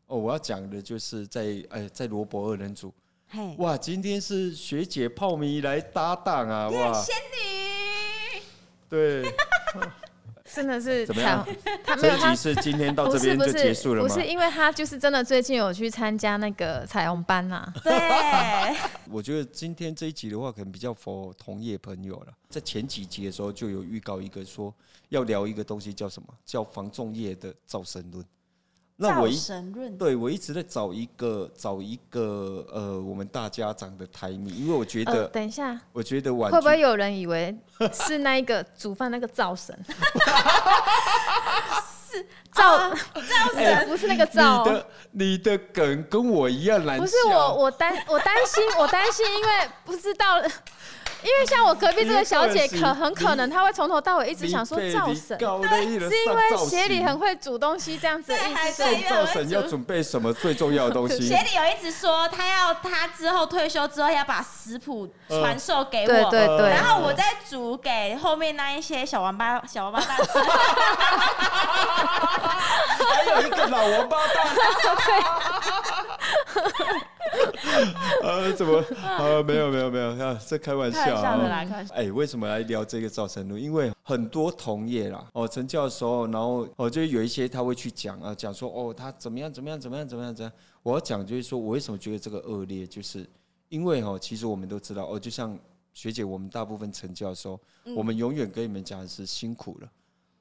A: 哦，我要讲的就是在呃，在罗伯二人组，
B: 嘿，
A: 哇，今天是学姐泡迷来搭档啊，哇，
B: 仙女，
A: 对，
C: 真的是
A: 怎么样
C: 惨？他没
A: 这
C: 有
A: 一集
C: 他
A: 是今天到
C: 不
A: 这
C: 哦是
A: 边
C: 不
A: 就是结束了
C: 不
A: 吗？
C: 是因为他就是真的最近有去参加那个彩虹班啊呐，
B: 对，
A: 我觉得今天这一集的话，可能比较佛同业朋友了。在前几集的时候就有预告一个说要聊一个东西，叫什么？叫防重业的造神论。 那我
B: 造
A: 一
B: 神论，
A: 对我一直在找一个找一个呃，我们大家长的台米，因为我觉
C: 呃，
A: 得、
C: 等一下。
A: 我觉得玩具
C: 会不会有人以为是那一个煮饭那个灶神？
B: 造
C: 哎不是那个
A: 啊
C: 灶
A: 你，的你的梗跟我一样难笑，
C: 不是我，我担我担心，我担心，因为不知道因为像我隔壁这个小 姐
A: 林克勤
C: 可很可能她会从头到尾一直
A: 林
C: 想说
A: 贝
C: 造
A: 林
C: 神，
A: 高的艺人
C: 是因
A: 上
C: 为
A: 造
C: 协理
A: 型
C: 很啊会煮东西这样子的意思，所以
B: 对
A: 造神要准备什么最重要的东西
B: 协？理有一直说，他要他之后退休之后要把食谱
A: 嗯
B: 传授给我，
C: 对对对
B: 然后我再煮给后面那一些小王八小王八蛋吃。
A: 还有一个老王八蛋。呃，怎么？呃，没有没有没有，啊这开玩笑
B: 啊开玩笑
A: 啊
B: 的啦开玩
A: 哎、为什么来聊这个造成路？因为很多同业啦，哦，成教的时候，然后哦，就有一些他会去讲啊，讲说哦，他怎么样怎么样怎么样怎么样怎么样。我要讲就是说我为什么觉得这个恶劣，就是因为哦，其实我们都知道哦，就像学姐，我们大部分成教的时候，我们永远跟你们讲的是辛苦了。
B: 嗯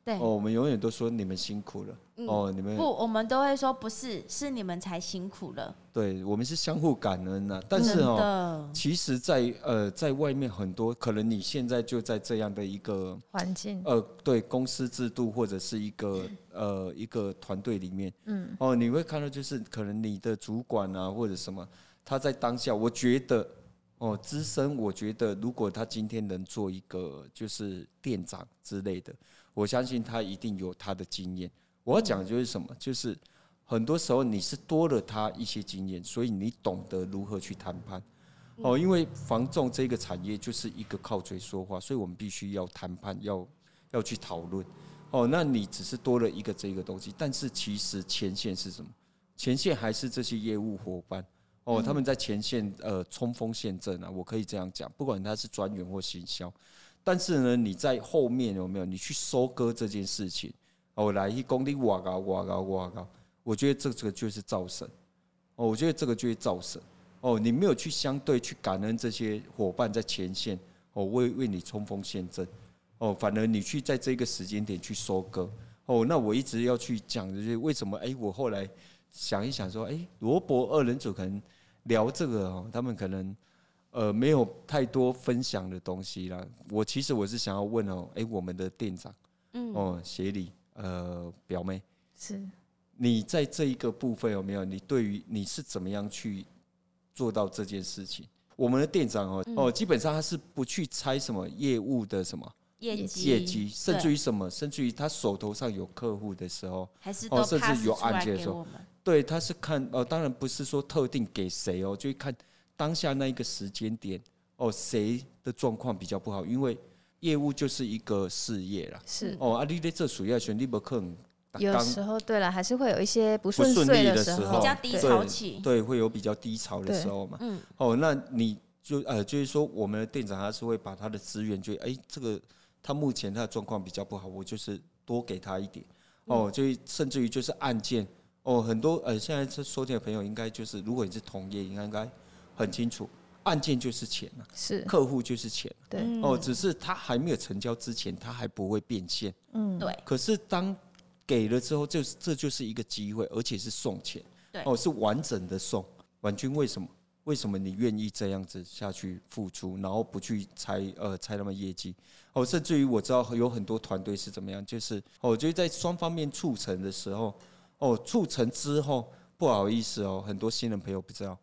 B: 对嗯
A: 哦，我们永远都说你们辛苦了。哦，你们
B: 不，我们都会说不是，是你们才辛苦了。
A: 对我们是相互感恩呐、但
B: 真
A: 是哦，
B: 的，
A: 其实在，呃，在外面很多可能你现在就在这样的一个
C: 环境
A: 呃，对公司制度或者是一个呃一个团队里面，嗯，哦，你会看到就是可能你的主管啊或者什么，他在当下，我觉得哦，资深，我觉得如果他今天能做一个就是店长之类的，我相信他一定有他的经验。我要讲的就是什么，就是很多时候你是多了他一些经验，所以你懂得如何去谈判。哦，因为房仲这个产业就是一个靠嘴说话，所以我们必须要谈判，要要去讨论。哦，那你只是多了一个这个东西，但是其实前线是什么？前线还是这些业务伙伴哦，他们在前线呃冲锋陷阵啊，我可以这样讲，不管他是专员或行销，但是呢，你在后面有没有你去收割这件事情？哦，来一公里哇高哇高哇高，我觉得这个就是造神哦，我觉得这个就是造神哦，你没有去相对去感恩这些伙伴在前线哦，为为你冲锋陷阵。哦，反而你去在这个时间点去收割。哦，那我一直要去讲的就是为什么？哎、我后来想一想说，哎、罗伯二人组可能聊这个哦，他们可能呃没有太多分享的东西啦。我其实我是想要问哦，哎、我们的店长，嗯，哦，协理，呃，表妹，
C: 是
A: 你在这一个部分有没有？你对于你是怎么样去做到这件事情？我们的店长哦、哦，基本上他是不去猜什么业务的什么。
B: 业绩，
A: 业绩，甚至
B: 于
A: 于什么，甚至于他手头上有客户的时候，
B: 还是
A: 哦
B: 都
A: 甚至
B: pass
A: 有
B: 出来
A: 按揭的
B: 给
A: 时候
B: 我们。
A: 对，他是看哦，当然不是说特定给谁哦，就是看当下那一个时间点哦，谁的状况比较不好，因为业务就是一个事业啦。
C: 是，
A: 哦，啊，你在这属于选你不可能每天
C: 有时候对了，还是会有一些不
A: 不
C: 顺
A: 顺
C: 遂
A: 利的时
C: 时候，
A: 候，
B: 比较低
A: 对
B: 潮期
A: 对，会有比较低潮的
C: 对
A: 时候嘛。
B: 嗯
A: 哦，那你就呃，就是说我们的店长他是会把他的资源就，哎，这个他目前他的状况比较不好，我就是多给他一点。
B: 嗯
A: 哦，就甚至于就是案件哦，很多呃，现在这收听的朋友应该就是，如果你是同业，应该应该很清楚，案件就是钱啊，
C: 是
A: 客户就是钱啊、
C: 对，
B: 嗯
A: 哦，只是他还没有成交之前，他还不会变现。
C: 嗯，
B: 对，
A: 可是当给了之后，就是这就是一个机会，而且是送钱，
B: 对
A: 哦，是完整的送。婉君为什么？为什么你愿意这样子下去付出，然后不去猜呃猜他们业绩？哦，甚至于我知道有很多团队是怎么样，就是哦，就是在双方面促成的时候，哦，促成之后，不好意思哦，很多新人朋友不知道，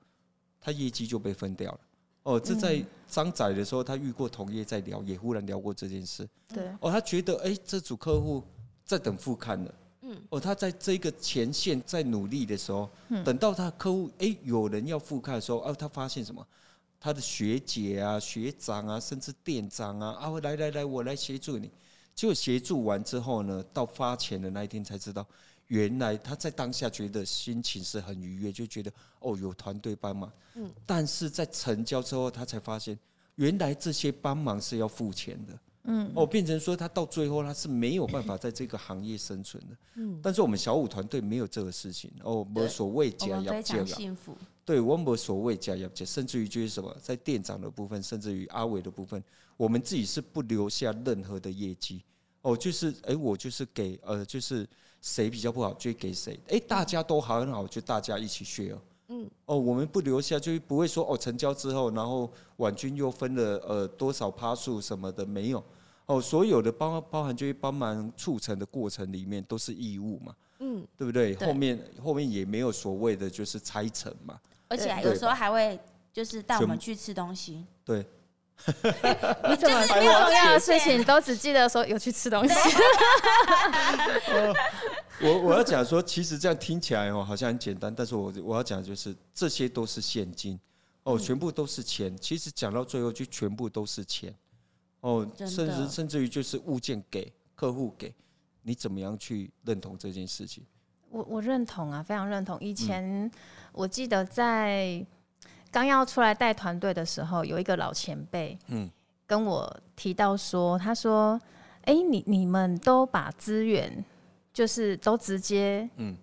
A: 他业绩就被分掉了。哦，这在
B: 嗯
A: 张仔的时候，他遇过同业在聊，也忽然聊过这件事。
C: 对，
A: 哦，他觉得哎、这组客户在等复刊了。嗯，哦，他在这个前线在努力的时候，等到他客户哎、有人要复刊的时候，哦、他发现什么？他的学姐啊、学长啊，甚至店长啊，啊，来来来，我来协助你。结果协助完之后呢，到发钱的那一天才知道，原来他在当下觉得心情是很愉悦，就觉得哦有团队帮忙。嗯，但是在成交之后，他才发现原来这些帮忙是要付钱的。
B: 嗯
A: 哦，变成说他到最后他是没有办法在这个行业生存的。嗯，但是我们小五团队没有这个事情哦，无所谓
B: 我
A: 加
B: 们
A: 业
B: 非
A: 界
B: 常
A: 啦，
B: 幸福。
A: 对，我们无所谓加业界，甚至于就是什么，在店长的部分，甚至于阿伟的部分，我们自己是不留下任何的业绩。哦，就是哎、我就是给呃，就是谁比较不好就给谁，哎、大家都好很好，就大家一起 share。嗯，哦，我们不留下，就是不会说哦，成交之后，然后婉君又分了呃多少趴数什么的，没有。哦，所有的包包含就是帮忙促成的过程里面都是义务嘛，嗯，对不对？
B: 对
A: 后面后面也没有所谓的就是拆成嘛，
B: 而且
C: 对
B: 有时候还会就是带我们去吃东西。
A: 对，
C: 你怎
B: 就
C: 么
B: 是
C: 没
B: 没有
C: 有重要的
B: 去吃
C: 事情都只记得说有去吃东西？
A: 我我要讲说，其实这样听起来哦，好像很简单，但是我我要讲的就是这些都是现金
C: 嗯
A: 哦，全部都是钱。其实讲到最后，就全部都是钱哦，
B: 真的
A: 甚至甚至于就是物件给客户给你怎么样去认同这件事情？
C: 我我认同啊，非常认同。以前我记得在刚要出来带团队的时候，有一个老前辈，嗯，跟我提到说，他说：“哎、你你们都把资源就是都直接嗯
A: 嗯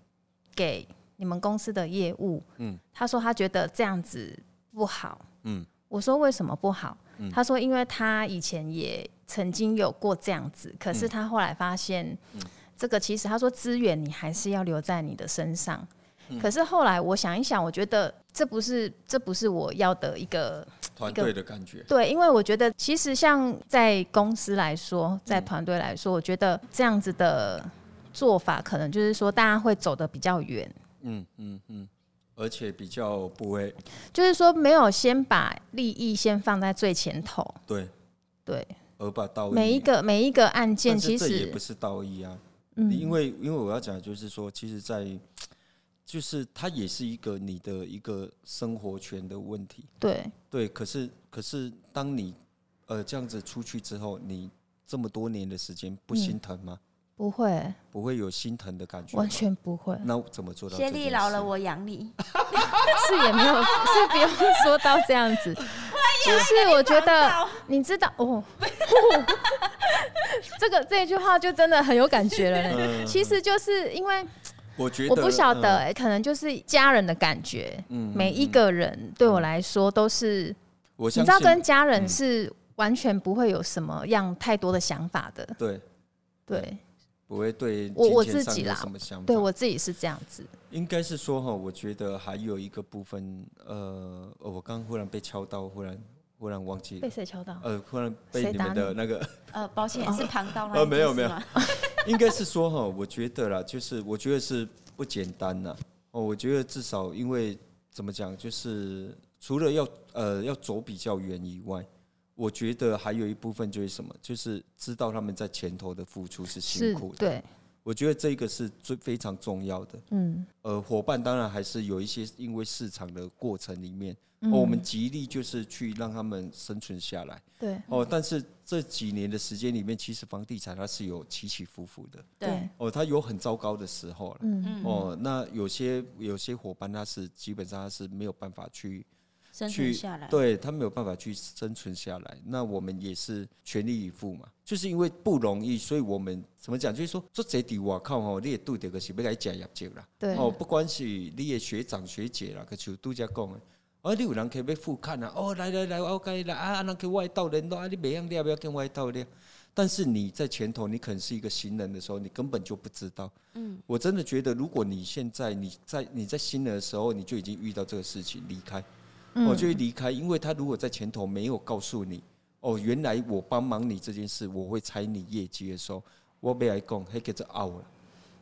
C: 给你们公司的业务，嗯
A: 嗯，
C: 他说他觉得这样子不好，嗯
A: 嗯，
C: 我说为什么不好？他说因为他以前也曾经有过这样子，可是他后来发现。”这个其实他说资源你还是要留在你的身上。
A: 嗯
C: 可是后来我想一想，我觉得这不是这不是我要的一个
A: 团
C: 队
A: 队的感觉，
C: 对，因为我觉得其实像在公司来
A: 嗯
C: 说，在团队来说，我觉得这样子的做法可能就是说大家会走得比较远，
A: 嗯嗯嗯，而且比较不会
C: 就是说没有先把利益先放在最前头。
A: 对，
C: 对，
A: 而把到位
C: 每一个每一个案件
A: 哦啊但是
C: 其
A: 这也
C: 实
A: 不是道义啊。
C: 嗯
A: 因为因为我要讲的就是说，其实在，就是它也是一个你的一个生活圈的问题。
C: 对
A: 对，可是可是当你呃这样子出去之后，你这么多年的时间
C: 嗯
A: 不心疼吗？
C: 不会，
A: 不会有心疼的感觉吗？
C: 完全不会。
A: 那怎么做到这
B: 协
A: 件事？
B: 力饶了我养你，
C: 是也没有，是不用说到这样 子。就是我觉得，你知道哦，这个这一句话就真的很有感觉了呢。 其实就是因为
A: 我嗯觉得
C: 我不晓得、
A: 嗯
C: 欸，可能就是家人的感觉。每一个人对我来说都是，
A: 我
C: 你
A: 相
C: 知道，
A: 信嗯
C: 跟家人是完全不会有什么样太多的想法的。
A: 对
C: 对，
A: 不会对
C: 我我
A: 金钱
C: 自
A: 上
C: 己
A: 有
C: 啦
A: 什么想法？
C: 对我自己是这样子。
A: 应该是说哈，我觉得还有一个部分，呃，哦我刚忽然被敲到，忽然忽然忘记
C: 被
A: 了，
C: 谁敲到？
A: 呃，忽然被
C: 谁
A: 你
C: 打
A: 们的
C: 你
A: 那个。
B: 呃，抱歉
C: 啊
B: 是旁道吗？
A: 呃没有没有
B: 吗
A: 应该是说哈，我觉得啦，就是我觉得是不简单呐。哦，我觉得至少因为怎么讲，就是除了要呃要走比较远以外，我觉得还有一部分就是什么，就是知道他们在前头的付出是辛
C: 是
A: 苦的。
C: 对，
A: 我觉得这个是最非常重要的。
C: 嗯，
A: 呃，伙伴当然还是有一些因为市场的过程里面，
C: 嗯
A: 哦，我们极力就是去让他们生存下来。
C: 对
A: 哦，但是这几年的时间里面，其实房地产它是有起起伏伏的。
B: 对，
A: 哦，他有很糟糕的时候了。
C: 嗯，
B: 嗯，
A: 哦，那有些有些伙伴他是基本上他是没有办法去
B: 生存
A: 去
B: 下来，
A: 对他没有办法去生存下来。那我们也是全力以赴嘛，就是因为不容易，所以我们怎么讲？就是说，做这底我靠哦，你也拄着个是要来吃业绩啦。
C: 对，
A: 哦，不管是你的学长学姐啦，佮像拄则讲的，哦，你有人去要复看啊，哦，来来来，我甲你来啊，啊，人去我的斗联络啊，你袂样了，不要跟我的斗了。但是你在前头，你可能是一个新人的时候，你根本就不知道。嗯，我真的觉得，如果你现在你在你在新人的时候，你就已经遇到这个事情，离开，我、哦、就会离开，因为他如果在前头没有告诉你，哦，原来我帮忙你这件事，我会拆你业绩的时候，我被来讲，还给这 out 了。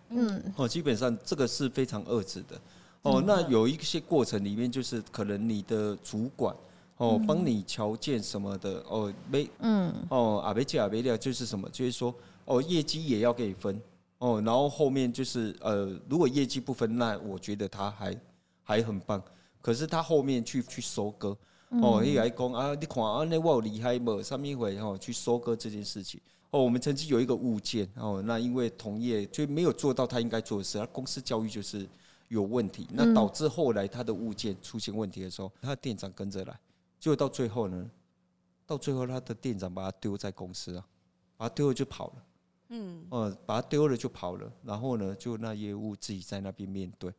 C: 嗯
A: 哦，基本上这个是非常遏制的。哦，那有一些过程里面，就是可能你的主管哦帮你瞧见什么的哦，没嗯哦阿贝加阿贝料就是什么，就是说哦业绩也要给你分哦，然后后面就是呃如果业绩不分，那我觉得他还还很棒，可是他后面去去收割。哦，伊来讲啊，你看啊，那我有厉害无？上面回哦，去收割这件事情。哦，我们曾经有一个物件哦，那因为同业就没有做到他应该做的事，他公司教育就是有问题，那导致后来他的物件出现问题的时候，他的店长跟着来，结果到最后呢，到最后他的店长把他丢在公司啊，把他丢了就跑了，
B: 嗯，
A: 呃，把他丢了就跑了，然后呢，就那业务自己在那边面对，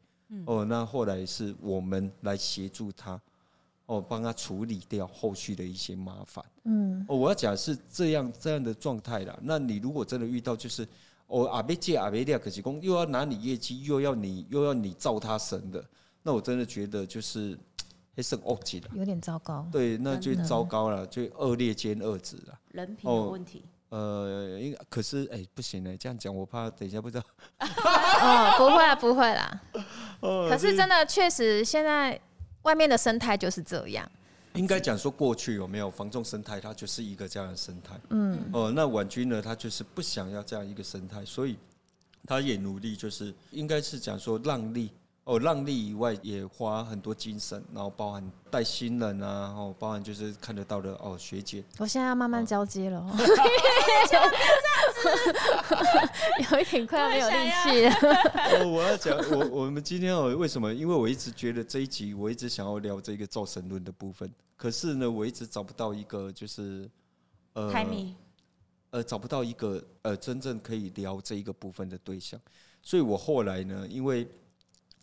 A: 哦，那后来是我们来协助他，哦，帮他处理掉后续的一些麻烦。
C: 嗯，
A: 哦，我要讲的是这样这样的状态啦。那你如果真的遇到，就是哦，阿贝借阿贝利亚可是公又要拿你业绩，又要你又要你造他神的，那我真的觉得就是黑色恶极了。
C: 有点糟糕。
A: 对，那就
B: 真的
A: 糟糕了，就恶劣兼恶质了。
B: 人品
A: 哦
B: 有问题，
A: 呃，因可是哎、不行呢，这样讲我怕等一下不知道。
C: 哦，不会啦，不会
A: 哦
C: 啦。可是真的，确实现在外面的生态就是这样。
A: 应该讲说过去有没有防重生态，它就是一个这样的生态。嗯，哦、那婉君呢，她就是不想要这样一个生态，所以她也努力，就是应该是讲说让利。哦，让利以外也花很多精神，然后包含带新人啊，然后包含就是看得到的哦，学姐
C: 我现在要慢慢交接 了，哦、有一点快要没有力气了。
A: 哦，我要讲我我们今天哦，为什么？因为我一直觉得这一集我一直想要聊这个造神论的部分，可是呢，我一直找不到一个就是呃
B: 开米，
A: 呃找不到一个呃真正可以聊这一个部分的对象，所以我后来呢，因为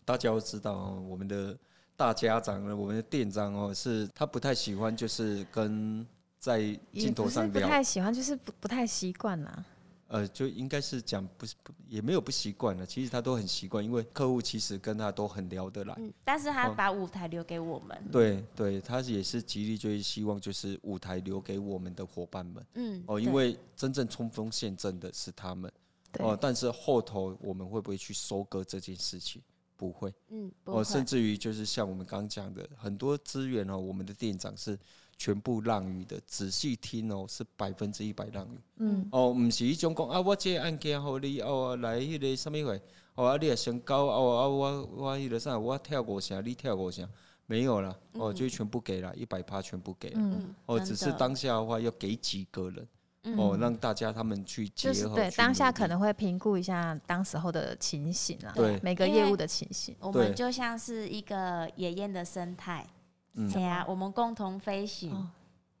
A: 大家都知道哦，我们的大家长呢，我们的店长哦，是他不太喜欢就是跟在
C: 也
A: 镜头
C: 不是
A: 上
C: 不
A: 聊，
C: 太喜欢，就是不不太习惯啦。
A: 呃，就应该是讲不是不也没有不习惯了，其实他都很习惯，因为客户其实跟他都很聊得来。
B: 嗯，但是
A: 哦
B: 他把舞台留给我们，
A: 对对，他也是极力就是希望就是舞台留给我们的伙伴们
B: 嗯，
A: 哦，
B: 对
A: 因为真正冲锋陷阵的是他们
C: 对，
A: 哦，但是后头我们会不会去收割这件事情？不会。
B: 嗯，不
A: 哦，
B: 会
A: 甚至于就是像我们刚刚讲的，很多资源哦，我们的店长是全部让予的，仔细听哦，是百分之一百让予。
C: 嗯，
A: 哦，唔是一种讲啊，我这个案件好你哦来迄个什么会，哦啊你也升高哦啊我我迄个啥，我跳五成，你跳五成，没有啦，
C: 嗯
A: 哦就是全部给了，一百趴全部给了。
B: 嗯，
A: 哦，
B: 真
A: 只是
B: 的
A: 当下的话要给几个人，哦，让大家他们去结
C: 嗯
A: 合
C: 就是对
A: 去
C: 当
A: 努
C: 下
A: 力
C: 可能会评估一下当时候的情形啦，
A: 对
C: 每个
B: 因为
C: 业务的情形。
B: 我
A: 对
B: 们就像是一个野雁的生态，
A: 嗯
B: 对啊，我们共同飞行
C: 哦，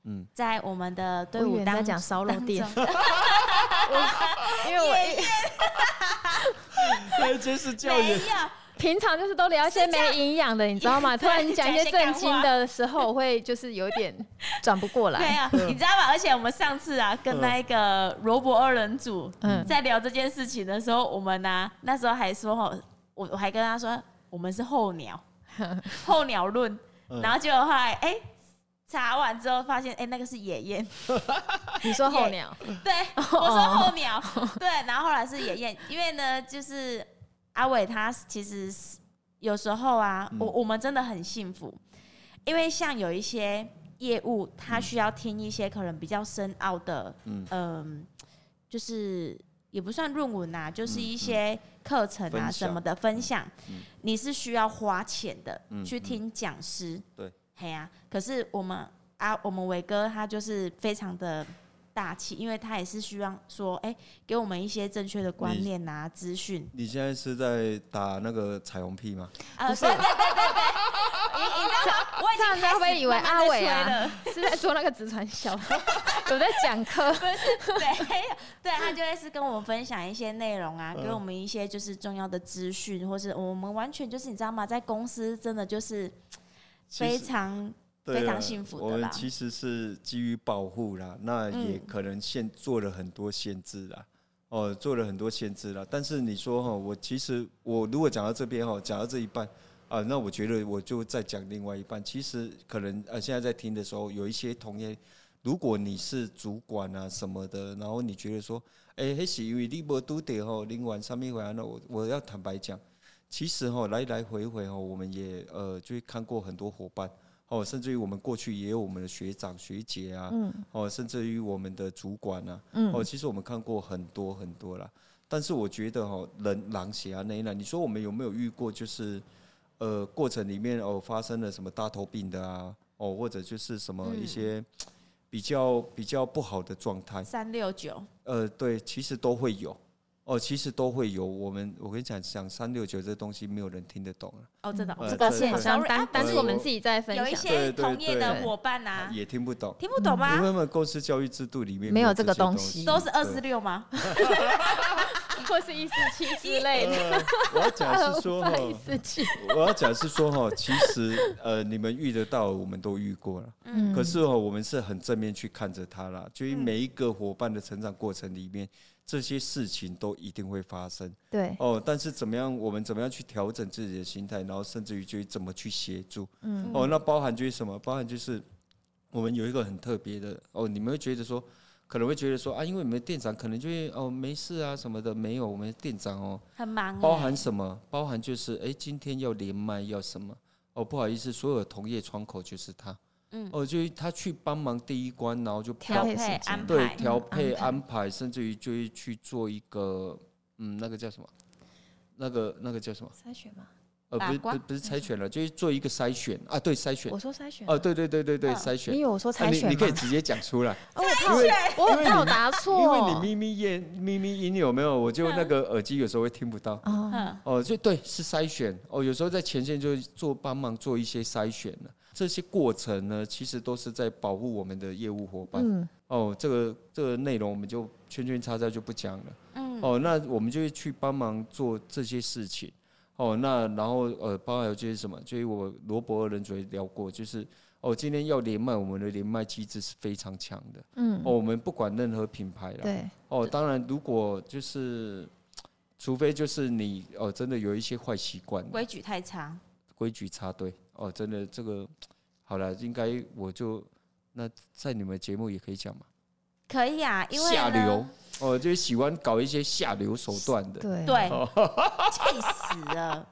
A: 嗯，
B: 在我们的队
C: 我以
B: 伍
C: 为
B: 当
C: 在讲烧肉店
B: 当中
C: 因为 我
A: 就是叫
B: 没有
A: 人，
C: 平常就是都聊一些没营养的，你知 道吗？突然讲一些正经的时候，我会就是有点转不过
B: 对
C: 来。
B: 啊，你知道吧？而且我们上次啊，跟那个罗伯二人组
C: 嗯
B: 在聊这件事情的时候，我们呢、那时候还说哦，我我还跟他说我们是候 鸟，候鸟论，
A: 嗯
B: 然后结果后来哎。查完之后发现，哎、那个是野雁，
C: 你说候鸟，
B: 对我
A: 哦
B: 说候鸟，对，然后后来是野雁，因为呢，就是阿伟他其实是有时候啊，
A: 嗯
B: 我我们真的很幸福，因为像有一些业务，他需要听一些可能比较深奥的，
A: 嗯
B: 嗯、就是也不算论文啊，就是一些课程
A: 嗯分
B: 啊
A: 享
B: 什么的分享，
A: 嗯
B: 你是需要花钱的、
A: 嗯
B: 去听讲师，
A: 对，
B: 嘿呀、可是我们啊，我们伟哥他就是非常的。大气，因为他也是希望说，哎、给我们一些正确的观
A: 你
B: 念啊、资讯。
A: 你现在是在打那个彩虹屁吗？
B: 啊，
C: 不是
B: 对对对对对，你你知道吗？我已
C: 这样
B: 经
C: 子会
B: 开
C: 不会
B: 始
C: 以为
B: 慢慢
C: 阿
B: 在
C: 伟
B: 吹
C: 啊
B: 了
C: 是在做那个直传 销，有在讲课？
B: 对对，他就会是跟我们分享一些内容啊，
A: 嗯
B: 给我们一些就是重要的资讯，或是我们完全就是你知道吗？在公司真的就是
A: 其实
B: 非常
A: 对
B: 非常
A: 啊嗯
B: 幸福的
A: 我们
B: 啦
A: 其实是基于保护啦，那也可能限做了很多限制啦。哦，做了很多限制啦。但是你说哈，我其实我如果讲到这边哈，讲到这一半啊，那我觉得我就再讲另外一半。其实可能呃，现在在听的时候，有一些同业，如果你是主管啊什么的，然后你觉得说，哎、那是因为你没都得吼，另外上面回来那我我要坦白讲，其实哈来来回回哈，我们也呃就看过很多伙伴。哦，甚至于我们过去也有我们的学长学姐啊，哦，甚至于我们的主管啊，哦，其实我们看过很多很多啦。但是我觉得哦，人狼血啊那一栏，你说我们有没有遇过就是呃过程里面哦发生了什么大头病的啊，哦或者就是什么一些比较比较不好的状态，
B: 三六九，
A: 呃，对，其实都会有。哦，其实都会有。我们我跟你讲，讲三六九这东西，没有人听得懂了，
B: 哦，真的哦
A: 呃
C: 这个是
A: 对
C: 好像
B: sorry，啊
C: 单
B: 不
C: 单
A: 是
C: 是我们自己在分
B: 有一
C: 享，
B: 些
A: 对对
B: 同业的
C: 对
B: 伙伴啊，
A: 也听不懂。
B: 听不懂
A: 因为
B: 吗？
A: 我们公司教育制度里面
C: 没有
A: 这
C: 这个
A: 些
C: 东
A: 西，
C: 西
B: 都是二
A: 对
B: 十六吗？
C: 啊或是一四七之类的。
A: 呃我要讲是 说哈，
C: 一四七，
A: 我要讲是说哈，其实呃，你们遇得到，我们都遇过了。
C: 嗯
A: 可是哦，我们是很正面去看着它啦，就是每一个伙伴的成长过程里面，这些事情都一定会发生
C: 对，
A: 哦。但是怎么样，我们怎么样去调整自己的心态，然后甚至于就是怎么去协助，嗯，哦，那包含就是什么？包含就是我们有一个很特别的哦，你们会觉得说，可能会觉得说啊，因为你们店长可能就会哦没事啊什么的，没有，我们店长哦。
B: 很忙欸，
A: 包含什么？包含就是，哎、今天要连麦要什么？哦，不好意思，所有同业窗口就是他。嗯，哦，就是他去帮忙第一关，然后就
B: 调
C: 调配
B: 配
C: 时间
B: 安
A: 对
B: 排，
A: 调配
C: 安排
A: 安排，甚至于就是去做一个嗯，那个叫什么？那个那个叫什么？
C: 筛选吗？
A: 呃，不是
B: 把
A: 不
B: 关
A: 是不是筛选了，就是做一个筛选啊，对筛选
C: 我，说筛选啊
A: 哦，，对对对对对，
B: 嗯
A: 筛
C: 你
A: 选，
C: 以为我说
A: 啊
C: 筛
A: 你
C: 选
A: 你可以
C: 吗？
A: 直接讲出来，
C: 哦我
B: 选
C: 怕我我怕我答错，嗯
A: 因为你咪咪音咪咪音有没有？我就那个耳机有时候会听不到。
C: 哦，
B: 嗯，
A: 哦，就对，是筛选哦。有时候在前线就做帮忙做一些筛选了，这些过程呢，其实都是在保护我们的业务伙伴。
C: 嗯，
A: 哦，这个这个内容我们就圈圈叉叉就不讲了。
B: 嗯
A: 哦，那我们就会去帮忙做这些事情。哦，那然后呃，包含有些什么？就是我罗伯二人主也聊过，就是哦，今天要连麦，我们的连麦机制是非常强的。
C: 嗯，
A: 哦，我们不管任何品牌啦。
C: 对，
A: 哦，当然，如果就是，除非就是你哦，真的有一些坏习惯，
B: 规矩太长，
A: 规矩插队哦，真的这个好了，应该我就那在你们节目也可以讲嘛，
B: 可以啊，因为
A: 下
B: 呢
A: 流哦，就是喜欢搞一些下流手段的。
C: 对，
B: 对，
A: 哦
B: 气死了，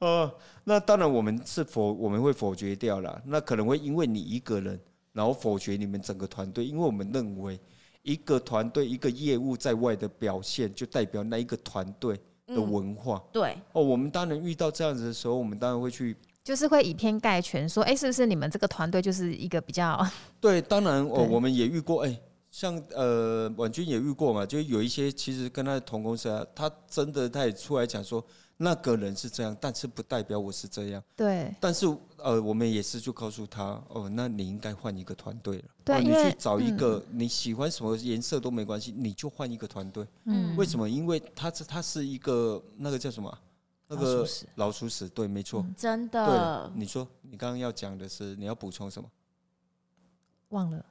A: 呃，那当然我们是否我们会否决掉了，那可能会因为你一个人，然后否决你们整个团队，因为我们认为一个团队一个业务在外的表现，就代表那一个团队的
B: 嗯，
A: 文化。
B: 对，
A: 哦，我们当然遇到这样子的时候，我们当然会去
C: 就是会以偏概全，说，哎，是不是你们这个团队就是一个比较，
A: 对，当然哦，
C: 对
A: 我们也遇过，哎、像呃，婉君也遇过嘛，就有一些其实跟他的同公司啊，他真的他也出来讲说，那个人是这样，但是不代表我是这样。
C: 对，
A: 但是呃，我们也是就告诉他，哦，那你应该换一个团队了，
C: 对
A: 哦、
C: 因
A: 你
C: 为嗯
A: 去找一个、你喜欢什么颜色都没关系，你就换一个团队。
B: 嗯
A: 为什么？因为他是他是一个那个叫什么啊？那
C: 老鼠
A: 个
C: 屎嗯
A: 老鼠屎，对，没错。
B: 真
A: 对
B: 的，，
A: 你说你刚刚要讲的是你要补充什么？
C: 忘了，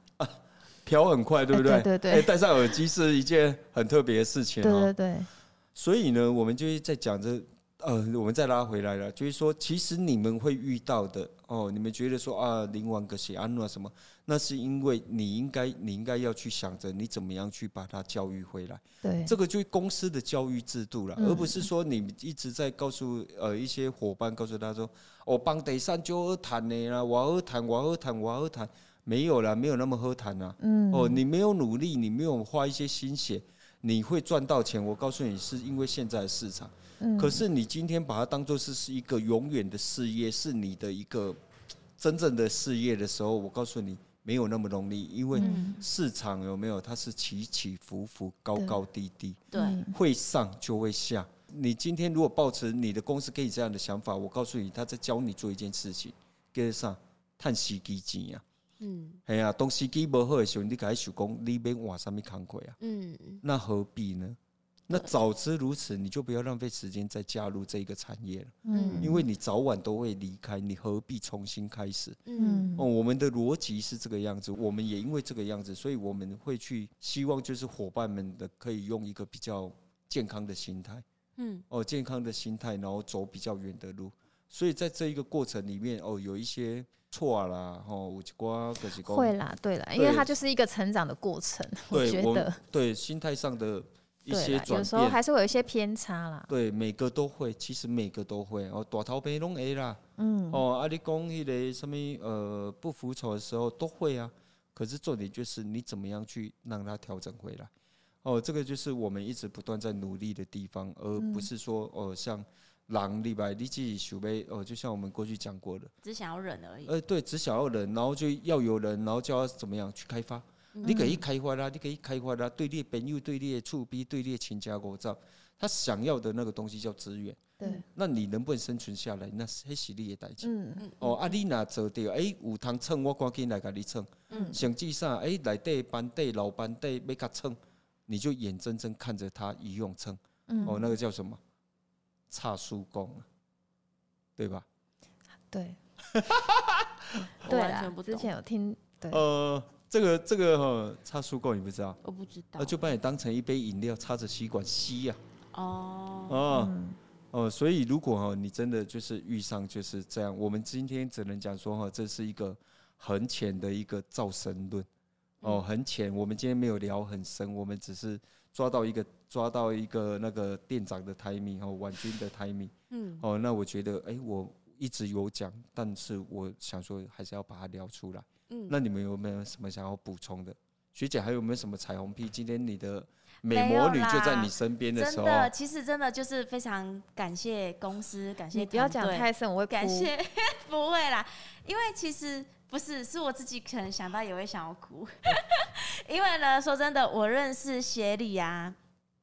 A: 飘很快，对不对？
C: 哎 对对对
A: 哎戴上耳机是一件很特别的事情
C: 对
A: 哦
C: 对。对，
A: 所以呢，我们就是在讲这，呃，我们再拉回来了，就是说，其实你们会遇到的哦，你们觉得说啊，灵王格西安诺什么，那是因为你应该，你应该要去想着你怎么样去把它教育回来。
C: 对，
A: 这个就是公司的教育制度了，
C: 嗯
A: 而不是说你一直在告诉呃一些伙伴，告诉他说，我帮得上就二谈的啦，我二谈，我二谈，我二谈，没有啦，没有那么喝谈啦。
C: 嗯，
A: 哦，你没有努力，你没有花一些心血，你会赚到钱。我告诉你，是因为现在的市场。
C: 嗯
A: 可是你今天把它当做是是一个永远的事业，是你的一个真正的事业的时候，我告诉你，没有那么容易，因为
B: 嗯
A: 市场有没有它是起起伏伏、高
C: 对
A: 高低低，
B: 对，
C: 嗯
A: 会上就会下。你今天如果抱持你的公司给你这样的想法，我告诉你，他在教你做一件事情，叫啥？叹息基金啊。
B: 嗯
A: 系啊，当时机无好的时候，你该想讲你要换什么工课啊？
B: 嗯，
A: 那何必呢？那早知如此，你就不要浪费时间再加入这一个产业了，
C: 嗯
A: 因为你早晚都会离开，你何必重新开始？
B: 嗯
C: 嗯
A: 哦，我们的逻辑是这个样子，我们也因为这个样子，所以我们会去希望就是伙伴们的可以用一个比较健康的心态。
B: 嗯
A: 哦健康的心态，然后走比较远的路。所以在这一个过程里面，哦，有一些错啦，哦，有一寡就是讲
C: 嗯会啦，对啦，因为它就是一个成长的过程，我
A: 对
C: 觉
A: 我
C: 得，
A: 对心态上的一
C: 对
A: 些
C: 啦，有
A: 转
C: 时候
A: 变，
C: 还是会有一些偏差啦，
A: 对每个都会，其实每个都会哦，大头杯拢会啦，
C: 嗯，
A: 哦，啊你讲迄个什么呃不服从的时候都会啊，可是重点就是你怎么样去让它调整回来，哦，这个就是我们一直不断在努力的地方，而不是说哦、像狼李白你自己想要哦，就像我们过去讲过的，
B: 只想要忍而已，
A: 呃对，只想要人，然后就要有人，然后叫他怎么样去开发。
C: 嗯
A: 你可以开发啦，你可以开发啦，对你的朋友、对你的厝边、对你的亲家国照，他想要的那个东西叫资源。
B: 嗯
C: 对，
A: 那你能不能生存下来，那是那是你的代志。
C: 嗯，
B: 嗯
A: 哦，啊，你若做到，诶、有通蹭，我赶紧来甲你蹭。
B: 嗯
A: 甚至啥，诶、内底哎班底、老班底要甲蹭，你就眼睁睁看着他一用蹭。
C: 嗯
A: 哦，那个叫什么？差叔公啊，对吧？
C: 对，
B: 我
C: 对
B: 完
C: 啦
B: 全不，
C: 之
B: 懂，
C: 前有听，对，
A: 呃，这个这个哈，差叔公你不知道，
B: 我不知道
A: 那，呃就把你当成一杯饮料，插着吸管吸呀、啊。
B: 哦，
A: 哦、
C: 嗯
A: 哦，所以如果哈、你真的就是遇上就是这样，我们今天只能讲说哈、这是一个很浅的一个造神论，
B: 嗯
A: 哦，很浅。我们今天没有聊很深，我们只是抓到一个抓到一个那个店长的 timing 哦，婉君的 timing
B: 嗯
A: 哦，那我觉得哎、我一直有讲，但是我想说还是要把它聊出来，
B: 嗯
A: 那你们有没有什么想要补充的？学姐还有没有什么彩虹屁？今天你的美
B: 没
A: 魔
B: 有
A: 女就在
B: 啦
A: 你身边的
B: 真
A: 时候，
B: 的，其实真的就是非常感谢公司，感谢
C: 你不要
B: 团
C: 讲
B: 队
C: 太深，我会哭。
B: 感谢， 不会啦，因为其实不是，是我自己可能想到也会想要哭， 因为呢，说真的，我认识协理啊，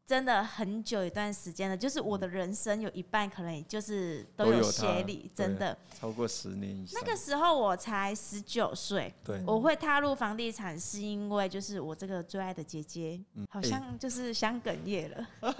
B: 真的很久一段时间了，就是我的人生有一半可能也就是都
A: 都
B: 有
A: 有
B: 协
A: 他
B: 理，
A: 对
B: 真的。
A: 超过十年以上，
B: 那个时候我才十九岁，
A: 对，
B: 我会踏入房地产是因为就是我这个最爱的姐姐，好
A: 哎
B: 像就是想哽咽了。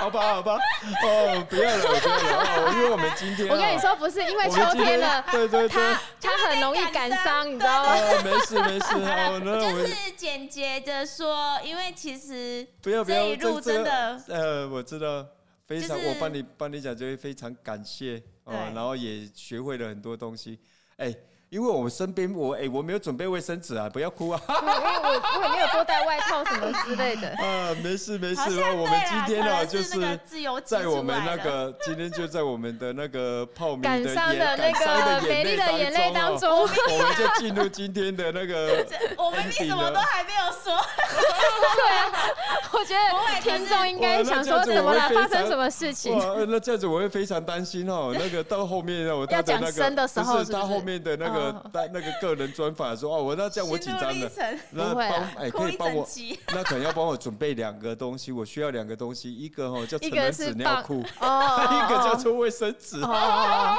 A: 好吧，好吧， 哦，不要了，不要了，哦因为我们今天、啊，
C: 我跟你，说，不是因为
A: 我
C: 秋
A: 们今
C: 天了，
A: 对对对，
C: 他他很容易感伤，你知道吗？
A: 哦，没事 没事，哦，那我
B: 就
A: 们
B: 是简洁的说，因为其实
A: 不要不
B: 这
A: 要，
B: 一路
A: 这
B: 真，的
A: 这呃，我知道，非常，
B: 就是
A: 我帮你帮你讲，就会非常感谢哦，
B: 对
A: 然后也学会了很多东西，哎。因为我身边我哎、我没有准备卫生纸啊，不要哭啊！
C: 因为我 我也没有多带外套什么之类 的。
A: 啊，没事没事
B: 好像，对
A: 哦我们今
B: 啦
A: 天
B: 可
A: 啊，
B: 能
A: 就是
B: 那个自由基
A: 在我们
B: 出来
A: 那
B: 了
A: 个今天就在我们的那个泡米
C: 感
A: 的
C: 伤的
A: 眼
C: 那
A: 感伤
C: 个
A: 的
C: 美丽的眼泪当
A: 中
C: 中，
A: 哦，我们就进入今天的那 个
B: 我们你什么都还没有说，
C: 对啊，我觉得听众应该想说怎么了，发生什么事情？
A: 哇，呃那这样子我会非常担心 哦。那个到后面呢，我他的那
C: 要讲
A: 个
C: 深的时
A: 不
C: 候是
A: 是
C: 不是
A: 他后面的那个
C: 哦
A: 他那个个人专访说哦，我那这样我紧张
B: 心路
A: 了
B: 历。程
A: 那
C: 不会
A: 帮
C: 啊
A: 哎，
B: 哭
A: 可
B: 一
A: 以帮
B: 整
A: 我，
B: 期，
A: 那可能要帮我准备两个东西，我需要两个东西，一个哦叫
C: 一
A: 成
C: 个
A: 人
C: 是
A: 纸
C: 棒
A: 尿裤，
C: 哦
A: 一个叫
C: 哦，
A: 做卫生纸
C: 哦。 哦，